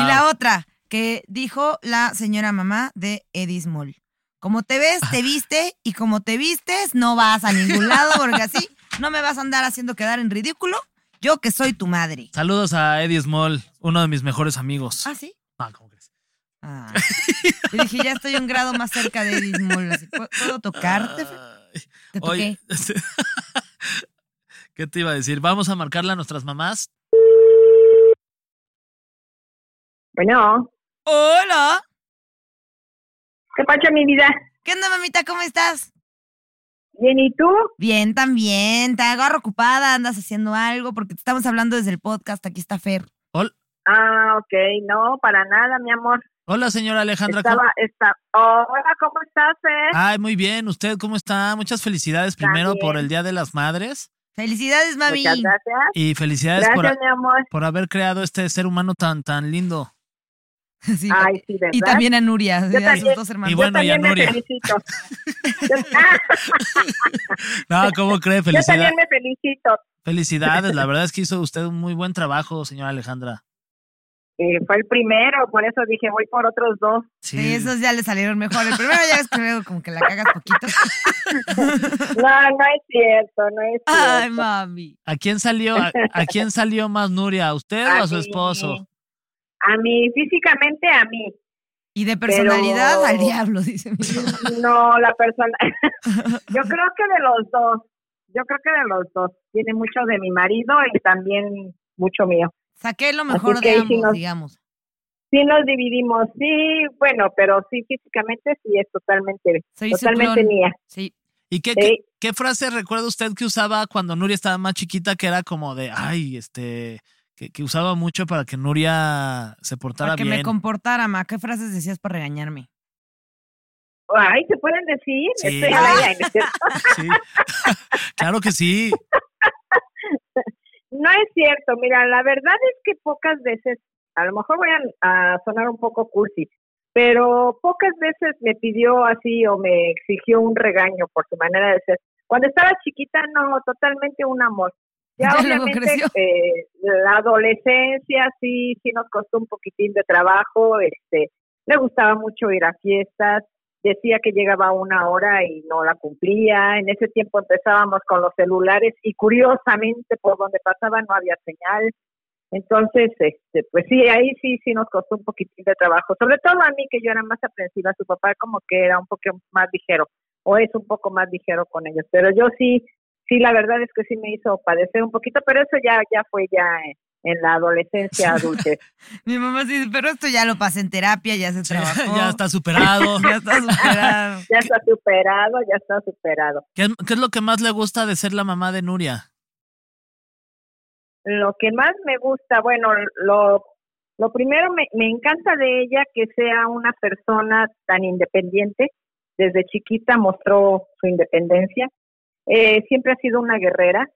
[SPEAKER 3] [laughs] Y la otra, que dijo la señora mamá de Edis Moll. Como te ves, te viste, y como te vistes, no vas a ningún lado, porque así no me vas a andar haciendo quedar en ridículo. Yo que soy tu madre.
[SPEAKER 2] Saludos a Eddie Small, uno de mis mejores amigos.
[SPEAKER 3] ¿Ah, sí?
[SPEAKER 2] Ah, ¿cómo crees?
[SPEAKER 3] Ah. Yo dije, ya estoy un grado más cerca de Edis Moll. así, ¿pu- ¿Puedo tocarte? Fer?
[SPEAKER 2] Ay,
[SPEAKER 3] Te toqué.
[SPEAKER 2] Ah, oye, [laughs] ¿qué te iba a decir? Vamos a marcarle a nuestras mamás.
[SPEAKER 5] Bueno,
[SPEAKER 3] Hola.
[SPEAKER 5] ¿qué pasa, mi vida?
[SPEAKER 3] ¿Qué onda, mamita? ¿Cómo estás?
[SPEAKER 5] Bien, ¿y tú?
[SPEAKER 3] Bien, también. Te agarro ocupada, andas haciendo algo, porque te estamos hablando desde el podcast. Aquí está Fer.
[SPEAKER 2] Hol-
[SPEAKER 5] Ah, ok, no, para nada, mi amor.
[SPEAKER 2] Hola, señora Alejandra. ¿cómo-
[SPEAKER 5] Estaba, está... Hola, ¿cómo estás, eh? Fer?
[SPEAKER 2] Ay, muy bien. ¿Usted cómo está? Muchas felicidades primero
[SPEAKER 5] También.
[SPEAKER 2] por el Día de las Madres
[SPEAKER 3] Felicidades, mami.
[SPEAKER 5] Muchas gracias.
[SPEAKER 2] y Ah, felicidades por,
[SPEAKER 5] Gracias, mi amor.
[SPEAKER 2] por haber creado este ser humano tan, tan
[SPEAKER 5] [laughs]
[SPEAKER 2] lindo.
[SPEAKER 3] [laughs] Sí,
[SPEAKER 5] Ay, sí, ¿verdad?
[SPEAKER 3] Y también a Nuria,
[SPEAKER 5] Yo
[SPEAKER 3] a sus
[SPEAKER 5] también.
[SPEAKER 3] dos
[SPEAKER 2] Y
[SPEAKER 3] hermanos.
[SPEAKER 5] Yo
[SPEAKER 2] bueno, y a
[SPEAKER 5] también me
[SPEAKER 2] Nuria. [laughs]
[SPEAKER 5] felicito. Yo, ah,
[SPEAKER 2] No, ¿cómo cree?
[SPEAKER 5] yo
[SPEAKER 2] Felicidades.
[SPEAKER 5] también me felicito.
[SPEAKER 2] Felicidades. La verdad es que hizo usted un muy buen trabajo, señora Alejandra.
[SPEAKER 5] Eh, fue el primero, por eso dije, voy por otros dos.
[SPEAKER 3] Sí, esos ya le salieron mejor. El primero ya ves que luego como que la cagas poquito.
[SPEAKER 5] No, no es cierto, no es cierto.
[SPEAKER 3] [laughs] Ay, mami.
[SPEAKER 2] ¿A quién salió, a, a quién salió más Nuria? ¿A usted o
[SPEAKER 5] A
[SPEAKER 2] a su
[SPEAKER 5] mí.
[SPEAKER 2] esposo?
[SPEAKER 5] A mí, físicamente a mí.
[SPEAKER 3] Y de personalidad
[SPEAKER 5] Pero-
[SPEAKER 3] al diablo, dice mi
[SPEAKER 5] No, la persona. [laughs] Yo creo que de los dos. Yo creo que de los dos. Tiene mucho de mi marido y también mucho mío.
[SPEAKER 3] Saqué lo mejor
[SPEAKER 5] Así que
[SPEAKER 3] de
[SPEAKER 5] ahí sí
[SPEAKER 3] ambos,
[SPEAKER 5] nos-
[SPEAKER 3] digamos.
[SPEAKER 5] Sí nos dividimos, sí, bueno, pero sí físicamente sí es totalmente,
[SPEAKER 3] Soy su
[SPEAKER 5] totalmente
[SPEAKER 3] clon.
[SPEAKER 5] mía. ¿eh?
[SPEAKER 3] Sí.
[SPEAKER 2] ¿Y qué, qué,
[SPEAKER 5] Sí.
[SPEAKER 2] qué frase recuerda usted que usaba cuando Nuria estaba más chiquita que era como de, ay, este, que, que usaba mucho para que Nuria se portara
[SPEAKER 3] Para que me
[SPEAKER 2] bien?
[SPEAKER 3] comportara, ma. ¿Qué frases decías para regañarme?
[SPEAKER 5] Ay, ¿se pueden decir?
[SPEAKER 2] Sí.
[SPEAKER 5] Estoy al aire, ¿no es cierto?
[SPEAKER 2] [laughs] Sí. [laughs] claro
[SPEAKER 3] [laughs]
[SPEAKER 2] que sí.
[SPEAKER 5] No es cierto, mira, la verdad es que pocas veces, a lo mejor voy a, a sonar un poco cursi, pero pocas veces me pidió así o me exigió un regaño por su manera de ser. Cuando estaba chiquita, no, totalmente un amor. Ya,
[SPEAKER 3] [laughs] Ya luego
[SPEAKER 5] obviamente
[SPEAKER 3] creció.
[SPEAKER 5] eh, la adolescencia sí, sí nos costó un poquitín de trabajo, este, le gustaba mucho ir a fiestas, decía que llegaba a una hora y no la cumplía. En ese tiempo empezábamos con los celulares y curiosamente por donde pasaba no había señal. Entonces, este, pues sí, ahí sí, sí nos costó un poquitín de trabajo. Sobre todo a mí, que yo era más aprensiva, su papá como que era un poco más ligero, o es un poco más ligero con ellos. Pero yo sí, sí, la verdad es que sí me hizo padecer un poquito, pero eso ya, ya fue ya en, en la adolescencia adulta.
[SPEAKER 3] Mi mamá sí dice, pero esto ya lo pasé en terapia, [laughs] ya se
[SPEAKER 2] Sí,
[SPEAKER 3] trabajó.
[SPEAKER 2] ya está superado.
[SPEAKER 3] Ya [laughs] está superado.
[SPEAKER 5] Ya está superado, ya está superado.
[SPEAKER 2] ¿Qué, es- qué es lo que más le gusta de ser la mamá de Nuria?
[SPEAKER 5] Lo que más me gusta, bueno, lo, lo primero me, me encanta de ella que sea una persona tan independiente. Desde chiquita mostró su independencia. Eh, siempre ha sido una guerrera.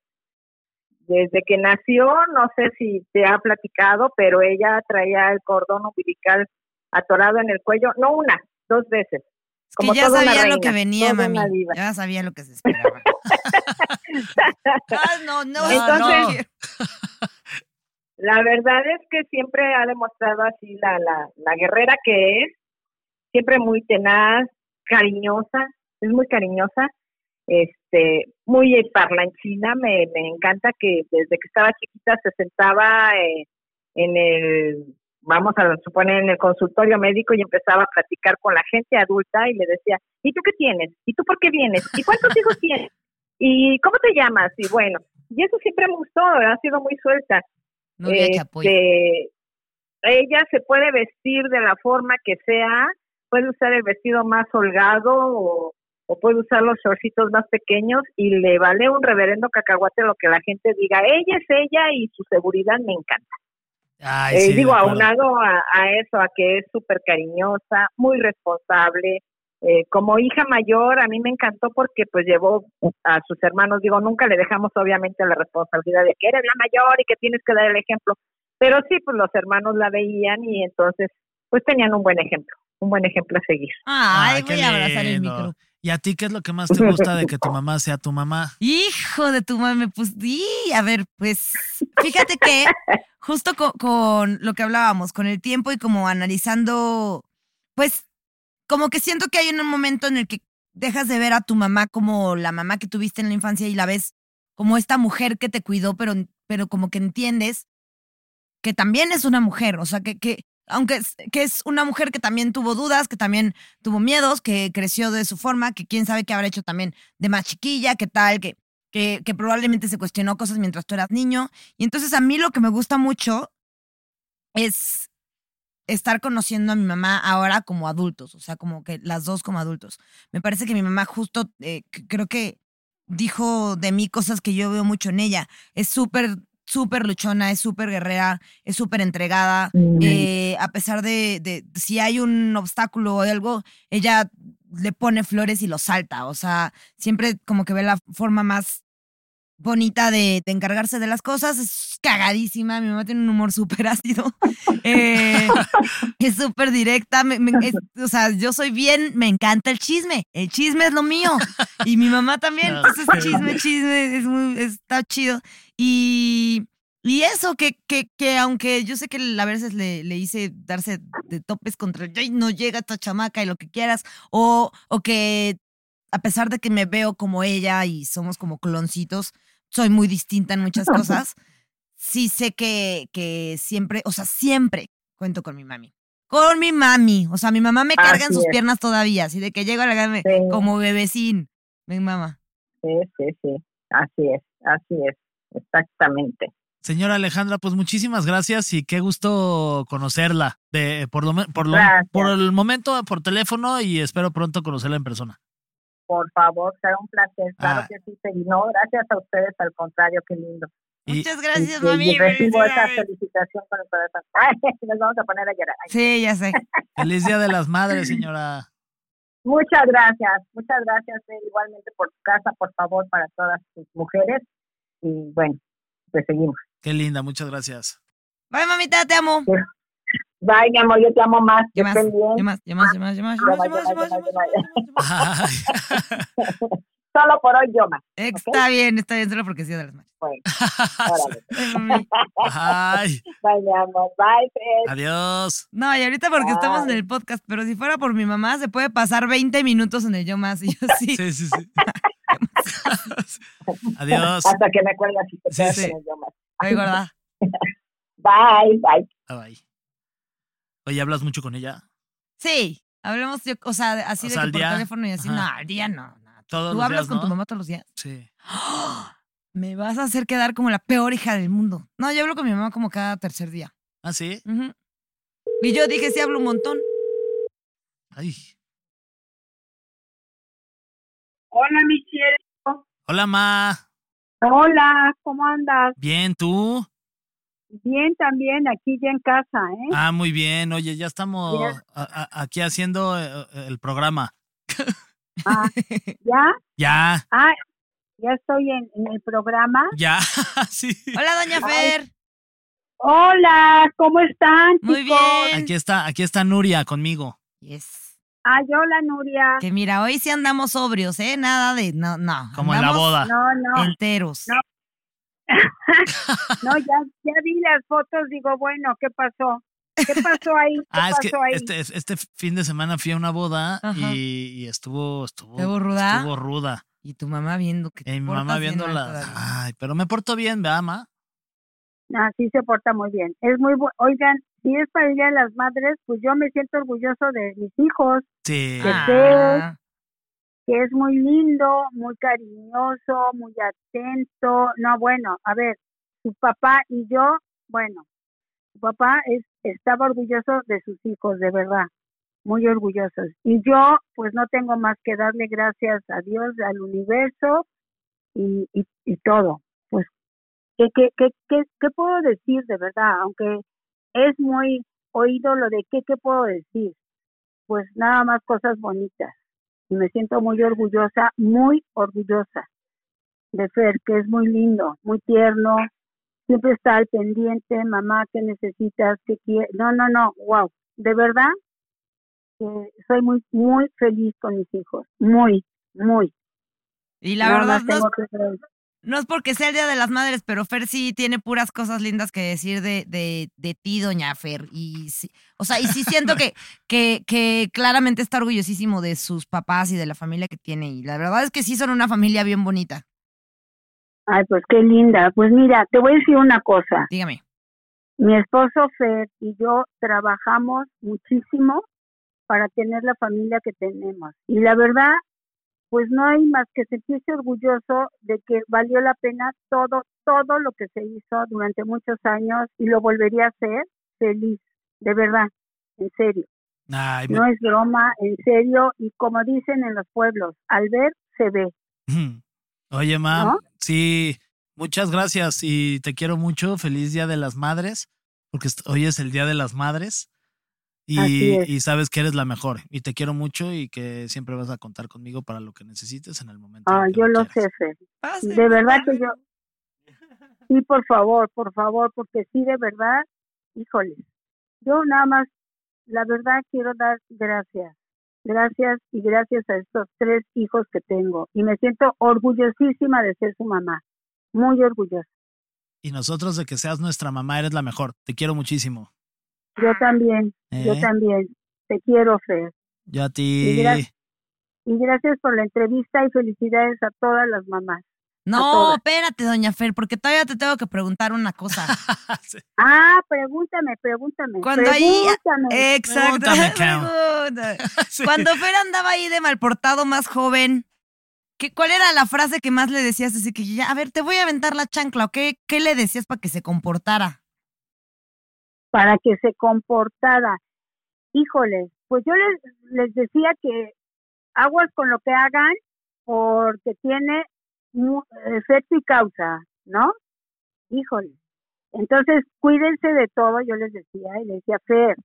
[SPEAKER 5] Desde que nació, no sé si te ha platicado, pero ella traía el cordón umbilical atorado en el cuello, no una, dos veces.
[SPEAKER 3] Es que
[SPEAKER 5] Como
[SPEAKER 3] ya
[SPEAKER 5] toda una
[SPEAKER 3] sabía lo
[SPEAKER 5] reina,
[SPEAKER 3] que venía,
[SPEAKER 5] toda una
[SPEAKER 3] [laughs] mami.
[SPEAKER 5] diva.
[SPEAKER 3] Ya sabía lo que se esperaba. [laughs] ah, no, no.
[SPEAKER 5] Entonces-
[SPEAKER 3] no.
[SPEAKER 5] La verdad es que siempre ha demostrado así la, la, la guerrera que es, siempre muy tenaz, cariñosa, es muy cariñosa, este, muy eh, parlanchina, me, me encanta que desde que estaba chiquita se sentaba eh, en el, vamos a suponer, en el consultorio médico y empezaba a platicar con la gente adulta y le decía, ¿y tú qué tienes? ¿Y tú por qué vienes? ¿Y cuántos hijos tienes? ¿Y cómo te llamas? Y bueno, y eso siempre me gustó, ha sido muy suelta.
[SPEAKER 3] Nuria
[SPEAKER 5] Este,
[SPEAKER 3] Chapoy.
[SPEAKER 5] ella se puede vestir de la forma que sea, puede usar el vestido más holgado o, o puede usar los shortcitos más pequeños y le vale un reverendo cacahuate lo que la gente diga. Ella es ella y su seguridad me encanta.
[SPEAKER 2] Ay,
[SPEAKER 5] Eh,
[SPEAKER 2] sí, de
[SPEAKER 5] digo,
[SPEAKER 2] acuerdo.
[SPEAKER 5] aunado a, a eso, a que es súper cariñosa, muy responsable. Eh, como hija mayor, a mí me encantó porque pues llevó a sus hermanos, digo, nunca le dejamos obviamente la responsabilidad de que eres la mayor y que tienes que dar el ejemplo. Pero sí, pues los hermanos la veían y entonces pues tenían un buen ejemplo, un buen ejemplo a seguir.
[SPEAKER 3] Ay,
[SPEAKER 2] Ay, qué
[SPEAKER 3] voy a abrazar el
[SPEAKER 2] lindo.
[SPEAKER 3] micro.
[SPEAKER 2] ¿Y a ti qué es lo que más te gusta de que tu mamá sea tu mamá?
[SPEAKER 3] Hijo de tu madre, pues sí, a ver, pues fíjate que justo co- con lo que hablábamos, con el tiempo y como analizando, pues como que siento que hay un momento en el que dejas de ver a tu mamá como la mamá que tuviste en la infancia y la ves como esta mujer que te cuidó, pero, pero como que entiendes que también es una mujer, o sea, que, que aunque es, que es una mujer que también tuvo dudas, que también tuvo miedos, que creció de su forma, que quién sabe qué habrá hecho también de más chiquilla, qué tal, que, que, que probablemente se cuestionó cosas mientras tú eras niño. Y entonces a mí lo que me gusta mucho es estar conociendo a mi mamá ahora como adultos, o sea, como que las dos como adultos. Me parece que mi mamá justo, eh, c- creo que dijo de mí cosas que yo veo mucho en ella. Es súper, súper luchona, es súper guerrera, es súper entregada. Eh, a pesar de, de si hay un obstáculo o algo, ella le pone flores y lo salta. O sea, siempre como que ve la forma más bonita de, de encargarse de las cosas. Es cagadísima. Mi mamá tiene un humor súper ácido. [laughs] Eh, es súper directa. me- me- es- o sea, yo soy bien, me encanta el chisme. El chisme es lo mío. Y mi mamá también. Entonces, chisme, chisme, es muy, está chido. Y, y eso, que, que, que aunque yo sé que a veces le, le hice darse de topes contra el, "Ay, no llega esta chamaca y lo que quieras, o, o que a pesar de que me veo como ella y somos como cloncitos, soy muy distinta en muchas cosas, sí sé que, que siempre, o sea, siempre cuento con mi mami. Con mi mami. O sea, mi mamá me carga en
[SPEAKER 5] Así
[SPEAKER 3] sus
[SPEAKER 5] es.
[SPEAKER 3] piernas todavía, así de que llego a la cama,
[SPEAKER 5] Sí.
[SPEAKER 3] como bebecín. Mi mamá.
[SPEAKER 5] Sí, sí, sí, así es, así es, exactamente.
[SPEAKER 2] Señora Alejandra, pues muchísimas gracias y qué gusto conocerla. De, por, lo, me- por, lo-
[SPEAKER 5] Gracias.
[SPEAKER 2] por el momento, por teléfono y espero pronto conocerla en persona.
[SPEAKER 5] Por favor, será un placer, claro
[SPEAKER 2] Ah.
[SPEAKER 5] que sí, sí, no, gracias a ustedes, al contrario, qué lindo.
[SPEAKER 2] Y-
[SPEAKER 3] Muchas gracias,
[SPEAKER 5] Y- y
[SPEAKER 3] mami.
[SPEAKER 5] recibo esa
[SPEAKER 3] felicidades.
[SPEAKER 5] felicitación con el corazón. [laughs] Ay, nos vamos a poner a llorar. Ay,
[SPEAKER 3] Sí, ya sé.
[SPEAKER 2] Feliz Día de las
[SPEAKER 5] [laughs]
[SPEAKER 2] Madres, señora.
[SPEAKER 5] Muchas gracias, muchas gracias eh, igualmente por tu casa, por favor, para todas tus mujeres. Y bueno, pues seguimos.
[SPEAKER 2] Qué linda, muchas
[SPEAKER 5] [laughs]
[SPEAKER 2] gracias.
[SPEAKER 3] Bye, mamita, te amo.
[SPEAKER 5] Bye, mi amor, yo te amo más. Que
[SPEAKER 3] Yo más,
[SPEAKER 5] estén
[SPEAKER 3] yo
[SPEAKER 5] bien.
[SPEAKER 3] más, yo más, yo más, yo más, yo más, yo más, yo más, yo más, yo más, yo más.
[SPEAKER 2] Ay,
[SPEAKER 5] Solo por hoy yo más.
[SPEAKER 3] Está bien, está bien, solo porque sí de las madres.
[SPEAKER 5] Bueno, órale.
[SPEAKER 3] Ay,
[SPEAKER 5] pues.
[SPEAKER 3] mami.
[SPEAKER 2] ay.
[SPEAKER 5] Bye, mi amor. Bye, Fred.
[SPEAKER 2] Adiós.
[SPEAKER 3] No, y ahorita porque estamos en el podcast, pero si fuera por mi mamá, se puede pasar 20 minutos en el yo más. Y
[SPEAKER 2] [laughs]
[SPEAKER 3] yo sí.
[SPEAKER 2] Sí, sí,
[SPEAKER 5] [laughs]
[SPEAKER 2] sí. Adiós.
[SPEAKER 5] Hasta que me cuelgas y te
[SPEAKER 2] Sí,
[SPEAKER 5] quedas
[SPEAKER 2] sí.
[SPEAKER 5] con el yo más.
[SPEAKER 3] Ay, gorda.
[SPEAKER 5] Bye, bye.
[SPEAKER 2] Bye, bye. Oye, ¿hablas mucho con ella?
[SPEAKER 3] Sí, hablemos, yo- o sea, así
[SPEAKER 2] O
[SPEAKER 3] de
[SPEAKER 2] sea,
[SPEAKER 3] que
[SPEAKER 2] al
[SPEAKER 3] por
[SPEAKER 2] día.
[SPEAKER 3] teléfono y así.
[SPEAKER 2] Ajá.
[SPEAKER 3] No, al día no. no.
[SPEAKER 2] Todos
[SPEAKER 3] ¿Tú
[SPEAKER 2] los
[SPEAKER 3] hablas
[SPEAKER 2] días,
[SPEAKER 3] con tu
[SPEAKER 2] ¿no?
[SPEAKER 3] mamá todos los días?
[SPEAKER 2] Sí.
[SPEAKER 3] Me vas a hacer quedar como la peor hija del mundo. No, yo hablo con mi mamá como cada tercer día.
[SPEAKER 2] ¿Ah, sí?
[SPEAKER 3] Ujú. Y yo dije, sí, hablo un montón.
[SPEAKER 2] Ay.
[SPEAKER 5] Hola, Michelle.
[SPEAKER 2] Hola, ma.
[SPEAKER 5] Hola, ¿cómo andas?
[SPEAKER 2] Bien, ¿tú?
[SPEAKER 5] Bien también, aquí ya en casa, ¿eh?
[SPEAKER 2] Ah, muy bien. Oye, ya estamos
[SPEAKER 5] Mira.
[SPEAKER 2] a- a- aquí haciendo eh, eh, el programa.
[SPEAKER 5] ¿Ya?
[SPEAKER 2] Ya,
[SPEAKER 5] Ah, ya estoy en, en el programa.
[SPEAKER 2] ya, [laughs] sí.
[SPEAKER 3] Hola, doña Fer.
[SPEAKER 5] Hola, ¿cómo están?
[SPEAKER 3] Muy
[SPEAKER 5] chicos?
[SPEAKER 3] bien.
[SPEAKER 2] Aquí está, aquí está Nuria conmigo.
[SPEAKER 3] Yes.
[SPEAKER 5] Ay, hola, Nuria.
[SPEAKER 3] Que mira, hoy sí andamos sobrios, ¿eh? Nada de. No, no.
[SPEAKER 2] Como en la
[SPEAKER 3] andamos
[SPEAKER 2] boda.
[SPEAKER 5] No,
[SPEAKER 2] [laughs]
[SPEAKER 5] no,
[SPEAKER 3] Enteros.
[SPEAKER 5] No. no, ya, ya vi las fotos, digo, bueno, ¿qué pasó? ¿Qué pasó ahí? ¿Qué
[SPEAKER 2] Ah, es
[SPEAKER 5] pasó
[SPEAKER 2] que
[SPEAKER 5] ahí?
[SPEAKER 2] este, este fin de semana fui a una boda
[SPEAKER 3] Ajá.
[SPEAKER 2] y, y estuvo, estuvo,
[SPEAKER 3] ¿Estuvo ruda?
[SPEAKER 2] Estuvo ruda.
[SPEAKER 3] Y tu mamá viendo que.
[SPEAKER 2] Y
[SPEAKER 3] te
[SPEAKER 2] mi
[SPEAKER 3] portas
[SPEAKER 2] mamá
[SPEAKER 3] bien
[SPEAKER 2] viendo
[SPEAKER 3] mal
[SPEAKER 2] la.
[SPEAKER 3] todavía.
[SPEAKER 2] Ay, pero me porto bien, ¿verdad, ma?
[SPEAKER 5] Así se porta muy bien. Es muy bueno. Oigan, si es para el Día de las Madres, pues yo me siento orgulloso de mis hijos,
[SPEAKER 2] Sí.
[SPEAKER 3] Ah,
[SPEAKER 5] que es muy lindo, muy cariñoso, muy atento. No, bueno, a ver, su papá y yo, bueno,
[SPEAKER 6] su papá es- estaba orgulloso de sus hijos, de verdad, muy orgullosos. Y yo, pues no tengo más que darle gracias a Dios, al universo y, y- y todo. Pues, ¿qué, qué, qué, qué, qué puedo decir de verdad? Aunque es muy oído lo de qué, qué puedo decir. Pues nada más cosas bonitas. Y me siento muy orgullosa, muy orgullosa de Fer, que es muy lindo, muy tierno, siempre está al pendiente, mamá, ¿qué necesitas? ¿Qué quieres? No, no, no, wow, de verdad que soy muy, muy feliz con mis hijos, muy, muy.
[SPEAKER 3] Y la
[SPEAKER 6] Nada
[SPEAKER 3] verdad,
[SPEAKER 6] más
[SPEAKER 3] no es,
[SPEAKER 6] tengo que ser-
[SPEAKER 3] no es porque sea el Día de las Madres, pero Fer sí tiene puras cosas lindas que decir de, de, de ti, doña Fer. Y sí, o sea, y sí siento
[SPEAKER 6] [laughs]
[SPEAKER 3] que, que, que claramente está orgullosísimo de sus papás y de la familia que tiene. Y la verdad es que sí son una familia bien bonita.
[SPEAKER 6] Ay, pues qué linda. Pues mira, te voy a decir una cosa.
[SPEAKER 3] Dígame.
[SPEAKER 6] Mi esposo Fer y yo trabajamos muchísimo para tener la familia que tenemos. Y la verdad, pues no hay más que sentirse orgulloso de que valió la pena todo, todo lo que se hizo durante muchos años y lo volvería a hacer feliz, de verdad, en serio.
[SPEAKER 2] Ay,
[SPEAKER 6] No es broma, en serio. Y como dicen en los pueblos, al ver se ve.
[SPEAKER 2] Ujú. Oye, mam,
[SPEAKER 6] ¿No?
[SPEAKER 2] sí, muchas gracias y te quiero mucho. Feliz Día de las Madres, porque est- hoy es el Día de las Madres
[SPEAKER 6] Así
[SPEAKER 2] y,
[SPEAKER 6] es.
[SPEAKER 2] y sabes que eres la mejor y te quiero mucho y que siempre vas a contar conmigo para lo que necesites en el momento. en
[SPEAKER 6] Ah,
[SPEAKER 2] el que
[SPEAKER 6] yo lo sé,
[SPEAKER 2] quieras.
[SPEAKER 6] Fer. De verdad que yo. Sí, por favor, por favor, porque sí, de verdad, híjole. Yo nada más, la verdad, quiero dar gracias. Gracias y gracias a estos tres hijos que tengo. Y me siento orgullosísima de ser su mamá. Muy orgullosa.
[SPEAKER 2] Y nosotros de que seas nuestra mamá, eres la mejor. Te quiero muchísimo.
[SPEAKER 6] Yo también,
[SPEAKER 2] ¿eh?
[SPEAKER 6] yo también. Te quiero, Fer.
[SPEAKER 2] Yo a ti.
[SPEAKER 6] gracias.
[SPEAKER 2] [laughs]
[SPEAKER 6] Y gracias por la entrevista y felicidades a todas las mamás.
[SPEAKER 3] No,
[SPEAKER 6] todas.
[SPEAKER 3] espérate, doña Fer, porque todavía te tengo que preguntar una cosa.
[SPEAKER 6] [laughs] Ah, pregúntame, pregúntame.
[SPEAKER 3] Cuando ahí-
[SPEAKER 6] pregúntame.
[SPEAKER 3] Exacto. [laughs]
[SPEAKER 2] Pregúntame, Cam.
[SPEAKER 3] Pregunta.
[SPEAKER 2] Sí.
[SPEAKER 3] Cuando Fer andaba ahí de malportado más joven, ¿qué, ¿cuál era la frase que más le decías? Así que ya, a ver, te voy a aventar la chancla, ¿o qué, qué le decías para que se comportara?
[SPEAKER 6] para que se comportara. Híjole, pues yo les, les decía que aguas con lo que hagan porque tiene mu- efecto y causa, ¿no? Híjole. Entonces, cuídense de todo, yo les decía, y les decía, Fer,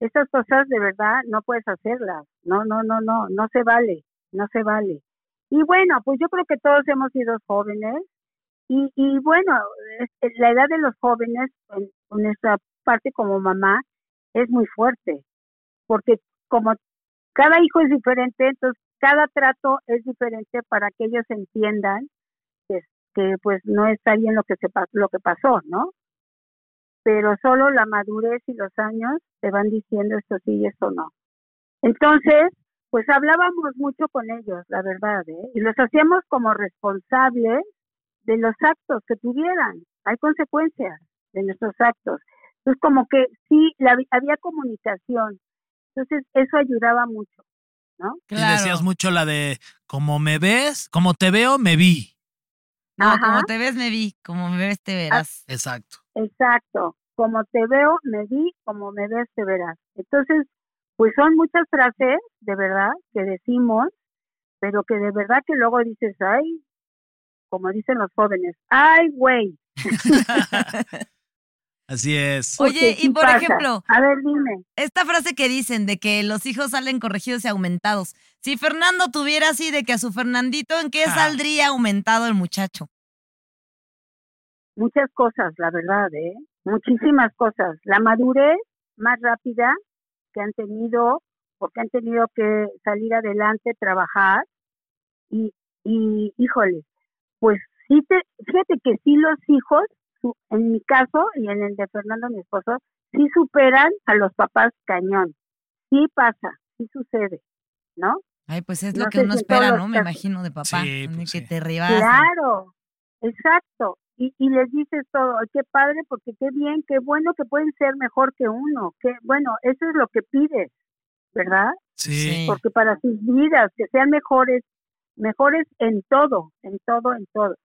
[SPEAKER 6] estas cosas de verdad no puedes hacerlas, no, no, no, no, no se vale, no se vale. Y bueno, pues yo creo que todos hemos sido jóvenes y, y bueno, es- la edad de los jóvenes en, en nuestra parte como mamá es muy fuerte, porque como cada hijo es diferente, entonces cada trato es diferente para que ellos entiendan que, que pues no está bien lo que se pa- lo que pasó, ¿no? Pero solo la madurez y los años te van diciendo esto sí y esto no. Entonces, pues hablábamos mucho con ellos, la verdad, ¿eh? y los hacíamos como responsables de los actos que tuvieran. Hay consecuencias de nuestros actos. Entonces, como que sí, la, había comunicación. Entonces, eso ayudaba mucho.
[SPEAKER 2] Y decías mucho la de, como me ves, como te veo, me vi.
[SPEAKER 3] No,
[SPEAKER 6] Ajá. Ah,
[SPEAKER 3] como te ves, me vi. Como me ves, te verás.
[SPEAKER 2] Exacto.
[SPEAKER 6] Exacto. Como te veo, me vi, como me ves, te verás. Entonces, pues son muchas frases, de verdad, que decimos, pero que de verdad que luego dices, ay, como dicen los jóvenes, ay, güey.
[SPEAKER 2] Así es.
[SPEAKER 3] Oye,
[SPEAKER 6] porque
[SPEAKER 3] y
[SPEAKER 6] sí
[SPEAKER 3] por
[SPEAKER 6] pasa.
[SPEAKER 3] ejemplo-
[SPEAKER 6] A ver, dime.
[SPEAKER 3] Esta frase que dicen de que los hijos salen corregidos y aumentados. Si Fernando tuviera así de que a su Fernandito, ¿en qué
[SPEAKER 2] Ah.
[SPEAKER 3] saldría aumentado el muchacho?
[SPEAKER 6] muchas cosas, la verdad, ¿eh? Muchísimas cosas. La madurez más rápida que han tenido, porque han tenido que salir adelante, trabajar, y, y híjole, pues sí, te, fíjate que sí los hijos, su- en mi caso y en el de Fernando, mi esposo, sí superan a los papás cañón. Sí pasa, sí sucede, ¿no?
[SPEAKER 3] Ay, pues es lo
[SPEAKER 6] No
[SPEAKER 3] que
[SPEAKER 6] sé
[SPEAKER 3] uno
[SPEAKER 6] si en todos
[SPEAKER 3] espera,
[SPEAKER 6] los
[SPEAKER 3] ¿no? Me
[SPEAKER 6] casos.
[SPEAKER 3] imagino de papá.
[SPEAKER 2] Sí,
[SPEAKER 3] de
[SPEAKER 2] pues
[SPEAKER 3] que
[SPEAKER 2] sí.
[SPEAKER 3] te rebasen.
[SPEAKER 6] Claro, exacto. Y, y les dices todo, "Ay, qué padre, porque qué bien, qué bueno que pueden ser mejor que uno. Qué bueno, eso es lo que pides, ¿verdad?
[SPEAKER 3] Sí.
[SPEAKER 6] Porque para sus vidas, que sean mejores, mejores en todo, en todo, en todo.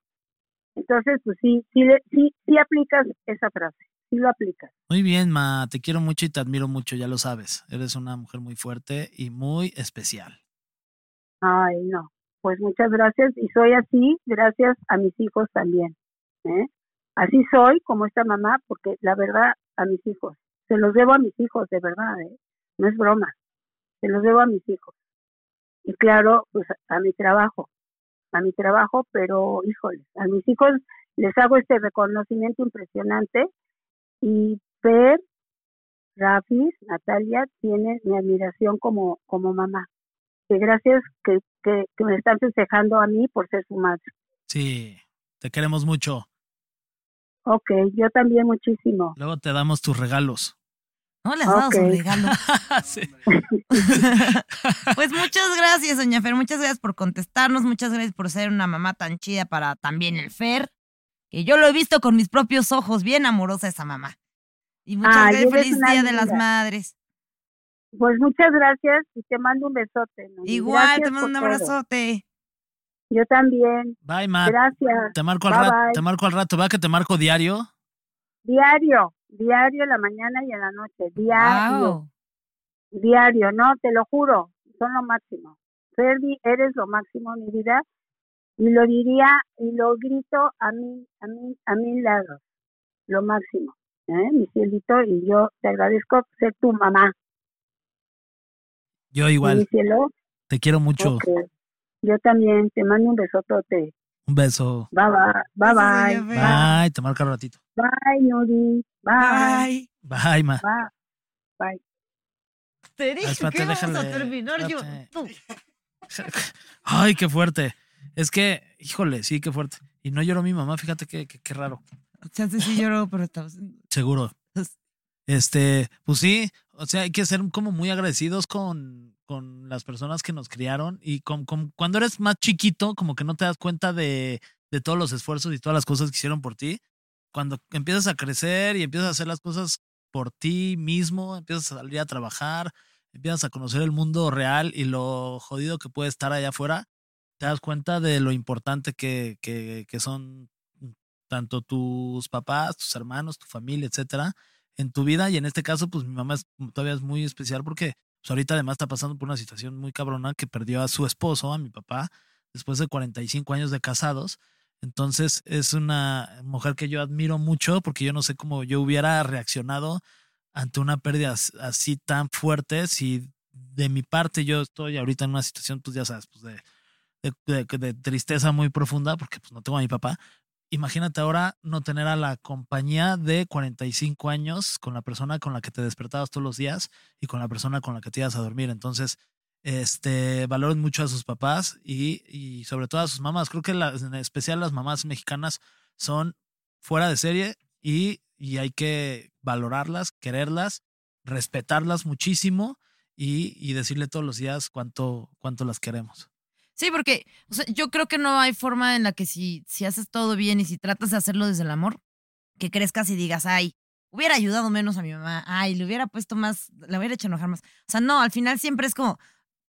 [SPEAKER 6] Entonces, pues sí, sí, le- sí, sí aplicas esa frase, sí lo aplicas.
[SPEAKER 2] Muy bien, Ma, te quiero mucho y te admiro mucho, ya lo sabes. Eres una mujer muy fuerte y muy especial.
[SPEAKER 6] Ay, no. Pues muchas gracias y soy así gracias a mis hijos también. ¿eh? Así soy como esta mamá porque la verdad a mis hijos. Se los debo a mis hijos, de verdad. ¿eh? No es broma. Se los debo a mis hijos. Y claro, pues a, a mi trabajo. A mi trabajo, pero híjoles, a mis hijos les hago este reconocimiento impresionante y Per, Rafis, Natalia tienen mi admiración como, como mamá. Que gracias que, que, que me están festejando a mí por ser su madre.
[SPEAKER 2] Sí, te queremos mucho.
[SPEAKER 6] Ok, yo también muchísimo.
[SPEAKER 2] Luego te damos tus regalos.
[SPEAKER 3] No le has dado su
[SPEAKER 6] Ok.
[SPEAKER 3] regalo.
[SPEAKER 2] [laughs] Sí.
[SPEAKER 3] [laughs] Pues muchas gracias, doña Fer. Muchas gracias por contestarnos. Muchas gracias por ser una mamá tan chida para también el Fer. Que yo lo he visto con mis propios ojos. Bien amorosa esa mamá. Y muchas
[SPEAKER 6] Ay,
[SPEAKER 3] gracias.
[SPEAKER 6] eres
[SPEAKER 3] Feliz
[SPEAKER 6] una
[SPEAKER 3] Día de las
[SPEAKER 6] linda.
[SPEAKER 3] Madres.
[SPEAKER 6] Pues muchas gracias y te mando un besote. ¿no? Y
[SPEAKER 3] Igual, te
[SPEAKER 6] gracias
[SPEAKER 3] mando
[SPEAKER 6] por
[SPEAKER 3] un
[SPEAKER 6] todo.
[SPEAKER 3] abrazote.
[SPEAKER 6] Yo también.
[SPEAKER 2] Bye, Ma.
[SPEAKER 6] Gracias.
[SPEAKER 2] Te marco al
[SPEAKER 6] Bye,
[SPEAKER 2] rato,
[SPEAKER 6] bye.
[SPEAKER 2] te marco al rato, va que te marco diario.
[SPEAKER 6] Diario, diario en la mañana y en la noche. Diario,
[SPEAKER 3] Wow.
[SPEAKER 6] diario, no, te lo juro, son lo máximo. Ferdi, eres lo máximo en mi vida y lo diría y lo grito a mí, a mí, a mi lado, lo máximo. ¿eh? Mi cielito, y yo te agradezco ser tu mamá.
[SPEAKER 2] Yo
[SPEAKER 6] Mi
[SPEAKER 2] igual,
[SPEAKER 6] cielo,
[SPEAKER 2] te quiero mucho.
[SPEAKER 6] ok. Yo también te mando un besotote.
[SPEAKER 2] Un beso.
[SPEAKER 6] Bye bye. Bye bye.
[SPEAKER 3] Besos, doña Fer.
[SPEAKER 2] Bye, te marco al ratito.
[SPEAKER 6] Bye, Nuri. Bye.
[SPEAKER 3] Bye.
[SPEAKER 2] Bye, Ma. [laughs]
[SPEAKER 6] Bye.
[SPEAKER 3] Te dije
[SPEAKER 2] Espérate,
[SPEAKER 3] que vamos
[SPEAKER 2] déjale,
[SPEAKER 3] a terminar yo.
[SPEAKER 2] espérate.
[SPEAKER 3] tú.
[SPEAKER 2] Ay, qué fuerte. Es que, híjole, sí, qué fuerte. Y no lloró mi mamá, fíjate que- que- qué raro.
[SPEAKER 3] Chance sí lloró, pero estamos.
[SPEAKER 2] Seguro. Este, pues sí, o sea, hay que ser como muy agradecidos con, con las personas que nos criaron y con, con- cuando eres más chiquito, como que no te das cuenta de, de todos los esfuerzos y todas las cosas que hicieron por ti. Cuando empiezas a crecer y empiezas a hacer las cosas por ti mismo, empiezas a salir a trabajar, empiezas a conocer el mundo real y lo jodido que puede estar allá afuera, te das cuenta de lo importante que, que, que son tanto tus papás, tus hermanos, tu familia, etcétera, en tu vida. Y en este caso, pues mi mamá es, todavía es muy especial porque pues, ahorita además está pasando por una situación muy cabrona que perdió a su esposo, a mi papá, después de 45 años de casados. Entonces es una mujer que yo admiro mucho porque yo no sé cómo yo hubiera reaccionado ante una pérdida as- así tan fuerte si de mi parte yo estoy ahorita en una situación, pues ya sabes, pues de, de- de- de tristeza muy profunda porque pues no tengo a mi papá imagínate ahora no tener a la compañía de 45 años con la persona con la que te despertabas todos los días y con la persona con la que te ibas a dormir. Entonces, este, valoren mucho a sus papás y, y sobre todo a sus mamás. Creo que las, en especial las mamás mexicanas son fuera de serie y, y hay que valorarlas, quererlas, respetarlas muchísimo y, y decirle todos los días cuánto, cuánto las queremos.
[SPEAKER 3] Sí, porque o sea, yo creo que no hay forma en la que si, si haces todo bien y si tratas de hacerlo desde el amor, que crezcas y digas, ay, hubiera ayudado menos a mi mamá, ay, le hubiera puesto más, la hubiera hecho enojar más. O sea, no, al final siempre es como,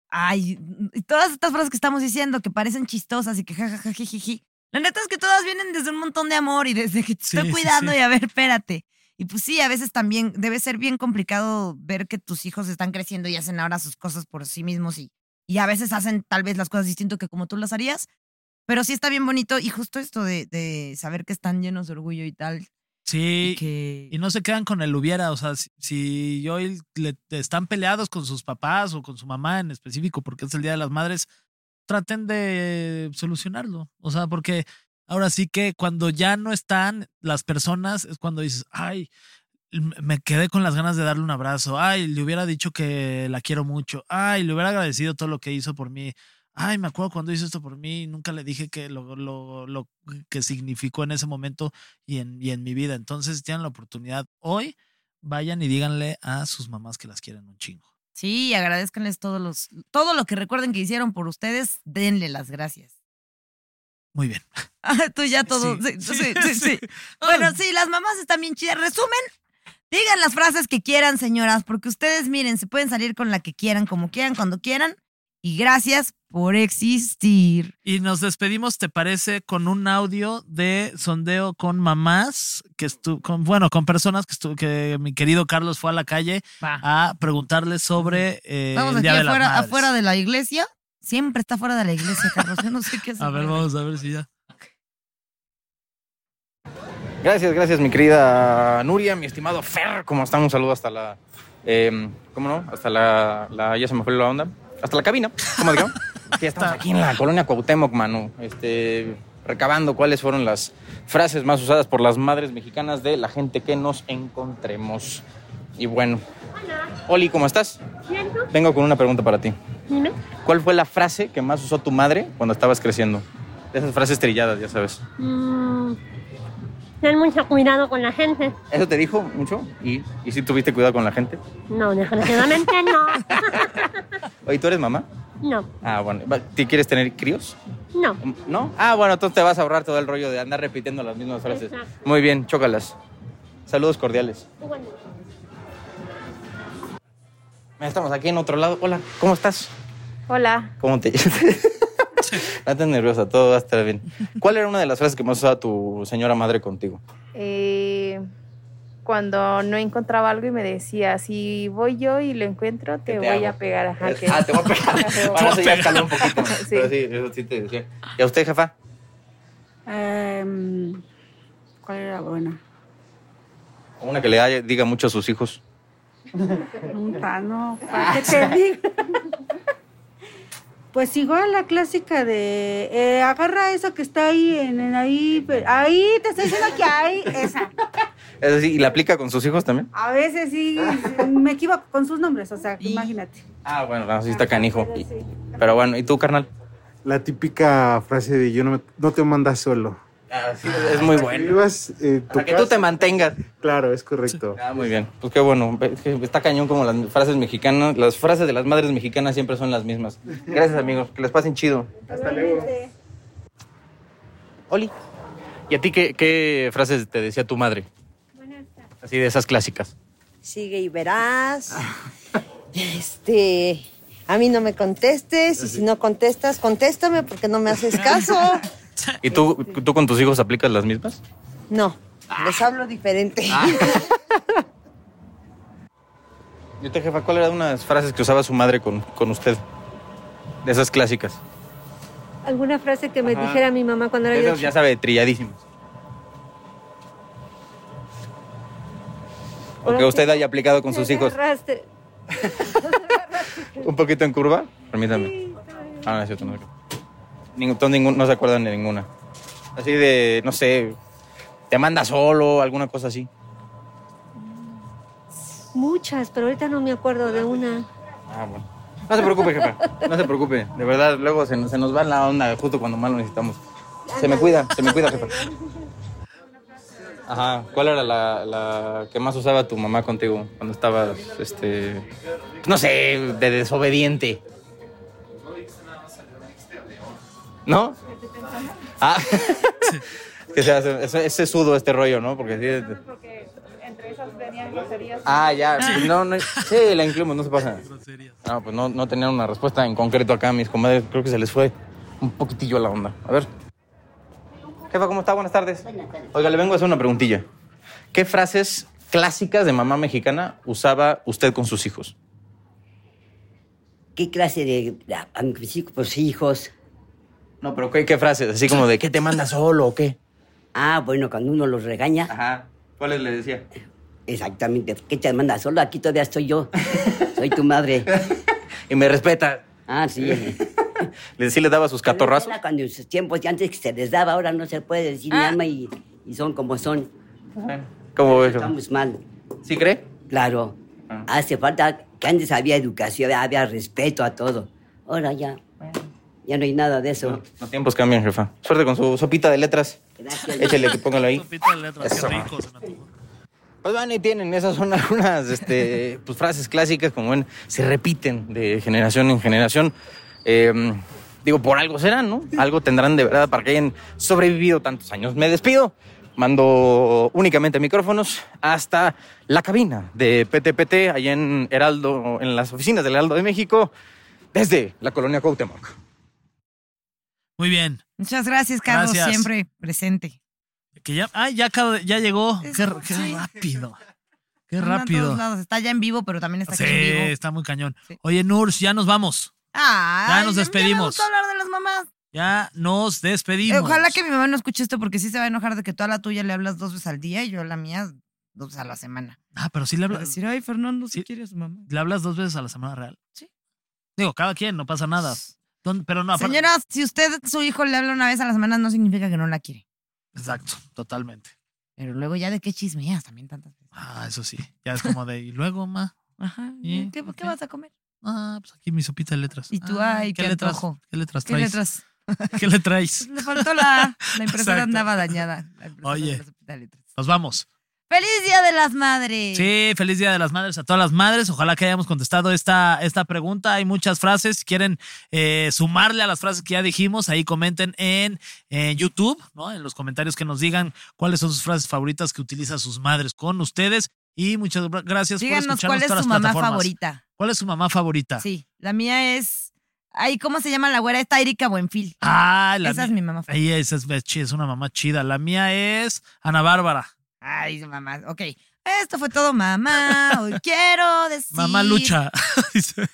[SPEAKER 3] ay, mm, y todas estas frases que estamos diciendo que parecen chistosas y que jajaja, jijiji. La neta es que todas vienen desde un montón de amor y desde que te
[SPEAKER 2] Sí,
[SPEAKER 3] estoy
[SPEAKER 2] sí,
[SPEAKER 3] cuidando
[SPEAKER 2] sí.
[SPEAKER 3] y a ver, espérate. Y pues sí, a veces también debe ser bien complicado ver que tus hijos están creciendo y hacen ahora sus cosas por sí mismos y, y a veces hacen tal vez las cosas distinto que como tú las harías. Pero sí está bien bonito y justo esto de, de saber que están llenos de orgullo y tal.
[SPEAKER 2] Sí,
[SPEAKER 3] y que...
[SPEAKER 2] Y no se quedan con el hubiera, o sea, si, si hoy le- están peleados con sus papás o con su mamá en específico, porque es el Día de las Madres, traten de solucionarlo. O sea, porque ahora sí que cuando ya no están las personas, es cuando dices, ay, m- me quedé con las ganas de darle un abrazo, ay, le hubiera dicho que la quiero mucho, ay, le hubiera agradecido todo lo que hizo por mí. Ay, me acuerdo cuando hizo esto por mí, nunca le dije que lo, lo, lo que significó en ese momento y en, y en mi vida. Entonces, si tienen la oportunidad hoy, vayan y díganle a sus mamás que las quieren un chingo.
[SPEAKER 3] Sí, agradezcanles todos los, todo lo que recuerden que hicieron por ustedes, denle las gracias. [laughs]
[SPEAKER 2] Muy bien.
[SPEAKER 3] Ah, Tú ya todo. Sí, sí,
[SPEAKER 2] [laughs]
[SPEAKER 3] sí, sí. Bueno, sí, las mamás están bien chidas. Resumen, digan las frases que quieran, señoras, porque ustedes, miren, se pueden salir con la que quieran, como quieran, cuando quieran, Y gracias por existir.
[SPEAKER 2] Y nos despedimos, ¿te parece? Con un audio de sondeo con mamás, que estu con, bueno, con personas que estu que mi querido Carlos fue a la calle
[SPEAKER 3] Va.
[SPEAKER 2] a preguntarles sobre eh,
[SPEAKER 3] Vamos
[SPEAKER 2] el
[SPEAKER 3] aquí
[SPEAKER 2] Día de las
[SPEAKER 3] afuera,
[SPEAKER 2] Madres.
[SPEAKER 3] afuera de la iglesia. Siempre está fuera de la iglesia, Carlos. Yo no sé qué es.
[SPEAKER 2] [laughs] A ver, vamos a ver si ya.
[SPEAKER 7] Gracias, gracias, mi querida Nuria, mi estimado Fer. ¿Cómo están? Un saludo hasta la. em, ¿Cómo no? Hasta la, la- Ya se me fue la onda. Hasta la cabina. ¿Cómo [laughs] digamos? que estamos aquí en la colonia Cuauhtémoc, mano. Este, recabando cuáles fueron las frases más usadas por las madres mexicanas de la gente que nos encontremos. Y bueno. Oli, ¿cómo estás? Vengo con una pregunta para ti. ¿Cuál fue la frase que más usó tu madre cuando estabas creciendo? De esas frases trilladas, ya sabes.
[SPEAKER 8] Ten mucho cuidado con la gente.
[SPEAKER 7] ¿Eso te dijo mucho? ¿Y, y si tuviste cuidado con la gente?
[SPEAKER 8] No, desgraciadamente no.
[SPEAKER 7] [laughs] Oye, ¿tú eres mamá?
[SPEAKER 8] No,
[SPEAKER 7] Ah, bueno. Va- ¿Te quieres tener críos?
[SPEAKER 8] no.
[SPEAKER 7] ¿No? Ah, bueno, entonces te vas a ahorrar todo el rollo de andar repitiendo las mismas frases.
[SPEAKER 8] Exacto.
[SPEAKER 7] Muy bien, chócalas. Saludos cordiales. Mira, Estamos aquí en otro lado. Hola, ¿cómo estás?
[SPEAKER 8] Hola.
[SPEAKER 7] ¿Cómo te llamas? No estás nerviosa, todo va a estar bien. ¿Cuál era una de las frases que más usaba tu señora madre contigo?
[SPEAKER 8] eh, cuando no encontraba algo y me decía, si voy yo y lo encuentro, te,
[SPEAKER 7] te
[SPEAKER 8] voy
[SPEAKER 7] hago?
[SPEAKER 8] a pegar. Ajá,
[SPEAKER 7] Es-
[SPEAKER 8] que-
[SPEAKER 7] Ah, te voy a
[SPEAKER 8] [laughs]
[SPEAKER 7] pegar. Bueno, eso ya escaló un poquito.
[SPEAKER 8] Sí.
[SPEAKER 7] Pero sí, eso sí te decía. ¿Y a usted, jefa?
[SPEAKER 6] Em, ¿Cuál era buena?
[SPEAKER 7] Una que le da- diga mucho a sus hijos.
[SPEAKER 6] Un pano. ¿para qué te digo? Pues igual la clásica de eh, agarra eso que está ahí, en, en ahí, pe- ahí te estoy diciendo que hay esa.
[SPEAKER 7] Es decir, ¿y la aplica con sus hijos también?
[SPEAKER 6] A veces sí me equivoco con sus nombres, o sea, imagínate.
[SPEAKER 7] Ah, bueno, no, sí está canijo. Y- Pero bueno, ¿y tú, carnal?
[SPEAKER 9] La típica frase de yo no, me- no te mandas solo.
[SPEAKER 7] Ah, sí, es muy bueno.
[SPEAKER 9] Ibas, eh, tu
[SPEAKER 7] Para que tú
[SPEAKER 9] casa-
[SPEAKER 7] te mantengas.
[SPEAKER 9] Claro, es correcto.
[SPEAKER 7] Ah, muy bien. Pues qué bueno. Es que Está cañón como las frases mexicanas. Las frases de las madres mexicanas siempre son las mismas. Gracias, amigos. Que les pasen chido.
[SPEAKER 9] Hasta luego.
[SPEAKER 7] Oli. ¿Y a ti qué, qué frases te decía tu madre? Así de esas clásicas.
[SPEAKER 8] Sigue y verás. Este, a mí no me contestes y si no contestas, contéstame porque no me haces caso.
[SPEAKER 7] ¿Y tú, tú con tus hijos aplicas las mismas?
[SPEAKER 8] No, les hablo diferente.
[SPEAKER 7] Y usted, jefa, ¿cuál era una de las frases que usaba su madre con, con usted? De esas clásicas.
[SPEAKER 8] ¿Alguna frase que me
[SPEAKER 7] Ajá.
[SPEAKER 8] dijera mi mamá cuando era yo?
[SPEAKER 7] Esas ya sabe, trilladísimas. O que usted haya aplicado con sus hijos. [laughs]
[SPEAKER 8] Arraste.
[SPEAKER 7] ¿Un poquito en curva? Permítame. Ah, no es cierto, no. es cierto. Ningún, todos ningun- no se acuerdan de ninguna. Así de, no sé, te manda solo, alguna cosa así.
[SPEAKER 8] Muchas, pero ahorita no me acuerdo de una.
[SPEAKER 7] Ah, bueno. No se preocupe, jefa. No se preocupe. De verdad, luego se, nos- se nos va la onda justo cuando más lo necesitamos. Se me cuida, se me cuida, jefa. Ajá. ¿Cuál era la, la que más usaba tu mamá contigo cuando estabas, este. No sé, de desobediente? ¿No? Ah. [laughs] que sea, es, es sesudo este rollo, ¿no? Porque sí. Ah, ya. No, no. Sí, la incluimos, no se pasa. No, pues no, no tenían una respuesta en concreto acá, mis comadres. Creo que se les fue un poquitillo la onda. A ver. Jefa, ¿cómo está? Buenas tardes. Oiga, le vengo a hacer una preguntilla. ¿Qué frases clásicas de mamá mexicana usaba usted con sus hijos?
[SPEAKER 8] ¿Qué clase de a, pues hijos?
[SPEAKER 7] No, pero ¿qué, qué frases? Así como de, ¿qué te manda solo o qué?
[SPEAKER 8] Ah, bueno, cuando uno los regaña,
[SPEAKER 7] Ajá. ¿Cuáles le decía?
[SPEAKER 8] exactamente. ¿Qué te manda solo? Aquí todavía estoy
[SPEAKER 7] [laughs]
[SPEAKER 8] yo. Soy tu madre.
[SPEAKER 7] Y me respeta.
[SPEAKER 8] Ah, sí.
[SPEAKER 7] ¿Le sí le daba sus catorrazos?
[SPEAKER 8] Era Cuando en sus tiempos de antes que se les daba, ahora no se puede decir
[SPEAKER 3] Ah.
[SPEAKER 8] ni ama y, y son como son.
[SPEAKER 7] ¿Cómo ve, jefa?
[SPEAKER 8] Estamos mal.
[SPEAKER 7] ¿Sí cree?
[SPEAKER 8] Claro.
[SPEAKER 7] Ah.
[SPEAKER 8] Hace falta que antes había educación, había respeto a todo. Ahora ya. Ya no hay nada de eso.
[SPEAKER 7] Los tiempos cambian, jefa. Suerte con su sopita de letras.
[SPEAKER 8] Gracias.
[SPEAKER 7] Échele que póngalo ahí.
[SPEAKER 2] Sopita de letras,
[SPEAKER 7] Eso.
[SPEAKER 2] qué rico se me antojó.
[SPEAKER 7] Pues van y tienen, esas son [laughs] algunas este, pues, frases clásicas, como ven, se repiten de generación en generación. Eh, digo, por algo serán, ¿no? Algo tendrán de verdad para que hayan sobrevivido tantos años. Me despido, mando únicamente micrófonos hasta la cabina de PTPT, allá en Heraldo, en las oficinas del Heraldo de México. Desde la colonia Cuauhtémoc.
[SPEAKER 2] Muy bien.
[SPEAKER 3] Muchas gracias, Carlos,
[SPEAKER 2] Gracias.
[SPEAKER 3] siempre presente.
[SPEAKER 2] Que ya, ay, ya, acabo de- ya llegó. Qué, r- qué
[SPEAKER 3] sí.
[SPEAKER 2] rápido. Qué
[SPEAKER 3] Anda a todos
[SPEAKER 2] rápido.
[SPEAKER 3] lados. Está ya en vivo, pero también está
[SPEAKER 2] Sí,
[SPEAKER 3] aquí en vivo.
[SPEAKER 2] está muy cañón. Oye, Nurs, ya nos vamos.
[SPEAKER 3] Ay,
[SPEAKER 2] Ya nos
[SPEAKER 3] me
[SPEAKER 2] despedimos.
[SPEAKER 3] gusta hablar de las mamás.
[SPEAKER 2] Ya nos
[SPEAKER 3] Eh,
[SPEAKER 2] despedimos.
[SPEAKER 3] Ojalá que mi mamá no escuche esto porque sí se va a enojar de que tú a la tuya le hablas dos veces al día y yo a la mía dos veces a la semana.
[SPEAKER 2] Ah, pero sí le
[SPEAKER 3] Va a
[SPEAKER 2] hablas.
[SPEAKER 3] decir, ay, Fernando, si
[SPEAKER 2] Sí.
[SPEAKER 3] quiere a su mamá.
[SPEAKER 2] ¿Le hablas dos veces a la semana real?
[SPEAKER 3] Sí.
[SPEAKER 2] Digo, cada quien, no pasa nada. Don- Pero no, aparte-
[SPEAKER 3] Señora, si usted su hijo le habla una vez a la semana no significa que no la quiere.
[SPEAKER 2] Exacto, totalmente.
[SPEAKER 3] Pero luego ya de qué chismeas también tantas veces.
[SPEAKER 2] Ah, eso sí. Ya es como de, y luego, ma,
[SPEAKER 3] Ajá.
[SPEAKER 2] Sí,
[SPEAKER 3] ¿Qué, qué
[SPEAKER 2] ok.
[SPEAKER 3] vas a comer?
[SPEAKER 2] ah, pues aquí mi sopita de letras.
[SPEAKER 3] Y tú,
[SPEAKER 2] Ah,
[SPEAKER 3] ay, qué
[SPEAKER 2] letras?
[SPEAKER 3] antojo.
[SPEAKER 2] ¿Qué letras
[SPEAKER 3] ¿Qué
[SPEAKER 2] traes?
[SPEAKER 3] letras?
[SPEAKER 2] [laughs] ¿Qué le traes?
[SPEAKER 3] Pues Le faltó la, la impresora
[SPEAKER 2] Exacto.
[SPEAKER 3] andaba dañada. la impresora
[SPEAKER 2] Oye.
[SPEAKER 3] de las hospitaletas.
[SPEAKER 2] Nos vamos.
[SPEAKER 3] ¡Feliz Día de las Madres!
[SPEAKER 2] Sí, feliz Día de las Madres a todas las madres. Ojalá que hayamos contestado esta, esta pregunta. Hay muchas frases. Si quieren eh, sumarle a las frases que ya dijimos, ahí comenten en eh, YouTube, ¿no? en los comentarios que nos digan cuáles son sus frases favoritas que utilizan sus madres con ustedes. Y muchas gra- gracias por
[SPEAKER 3] Díganos
[SPEAKER 2] escucharnos
[SPEAKER 3] cuál es
[SPEAKER 2] pues, todas
[SPEAKER 3] su
[SPEAKER 2] las
[SPEAKER 3] mamá
[SPEAKER 2] plataformas. Ah.
[SPEAKER 3] favorita.
[SPEAKER 2] ¿Cuál es su mamá favorita?
[SPEAKER 3] Sí, la mía es. Ay, ¿cómo se llama la güera? Está Erika Buenfil.
[SPEAKER 2] Ah, la
[SPEAKER 3] Esa es
[SPEAKER 2] mía-
[SPEAKER 3] mi mamá favorita.
[SPEAKER 2] Ella es, es, chi- es una mamá chida. La mía es Ana Bárbara.
[SPEAKER 3] Ay, su mamá. Ok. Esto fue todo, mamá.
[SPEAKER 2] [laughs]
[SPEAKER 3] Hoy quiero decir.
[SPEAKER 2] Mamá Lucha. [laughs] Dice,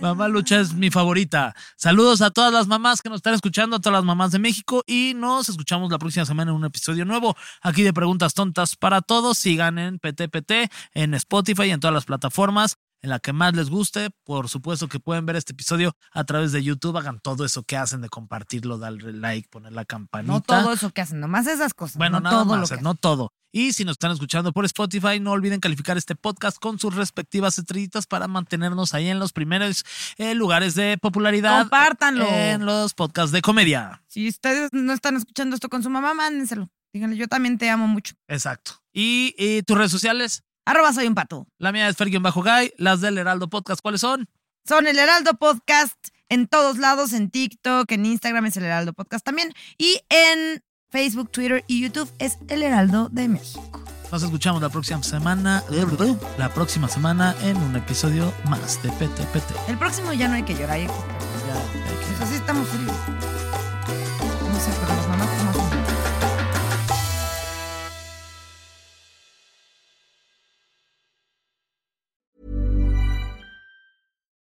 [SPEAKER 2] mamá Lucha es mi favorita. Saludos a todas las mamás que nos están escuchando, a todas las mamás de México y nos escuchamos la próxima semana en un episodio nuevo aquí de Preguntas Tontas para Todos. Sigan en PTPT, en Spotify y en todas las plataformas. En la que más les guste, por supuesto que pueden ver este episodio a través de YouTube. Hagan todo eso que hacen de compartirlo, darle like, poner la campanita.
[SPEAKER 3] No todo eso que hacen, nomás esas cosas.
[SPEAKER 2] Bueno,
[SPEAKER 3] no
[SPEAKER 2] nada
[SPEAKER 3] todo
[SPEAKER 2] más, eh,
[SPEAKER 3] lo que
[SPEAKER 2] no todo. Y si nos están escuchando por Spotify, no olviden calificar este podcast con sus respectivas estrellitas para mantenernos ahí en los primeros eh, lugares de popularidad.
[SPEAKER 3] Compártanlo.
[SPEAKER 2] En los podcasts de comedia.
[SPEAKER 3] Si ustedes no están escuchando esto con su mamá, mándenselo. Díganle, yo también te amo mucho.
[SPEAKER 2] Exacto. Y, y tus redes sociales,
[SPEAKER 3] Arroba soy un pato.
[SPEAKER 2] la mía es bajo guy las del Heraldo Podcast, ¿cuáles son?
[SPEAKER 3] Son el Heraldo Podcast en todos lados, en TikTok, en Instagram es el Heraldo Podcast también. Y en Facebook, Twitter y YouTube es el Heraldo de México.
[SPEAKER 2] Nos escuchamos la próxima semana, eh, la próxima semana en un episodio más de PTPT.
[SPEAKER 3] El próximo ya no hay que llorar. hay que estar feliz.
[SPEAKER 2] Ya, hay que-
[SPEAKER 3] Pues así estamos fríos. No sé, pero las mamás como hacen.
[SPEAKER 4] [laughs]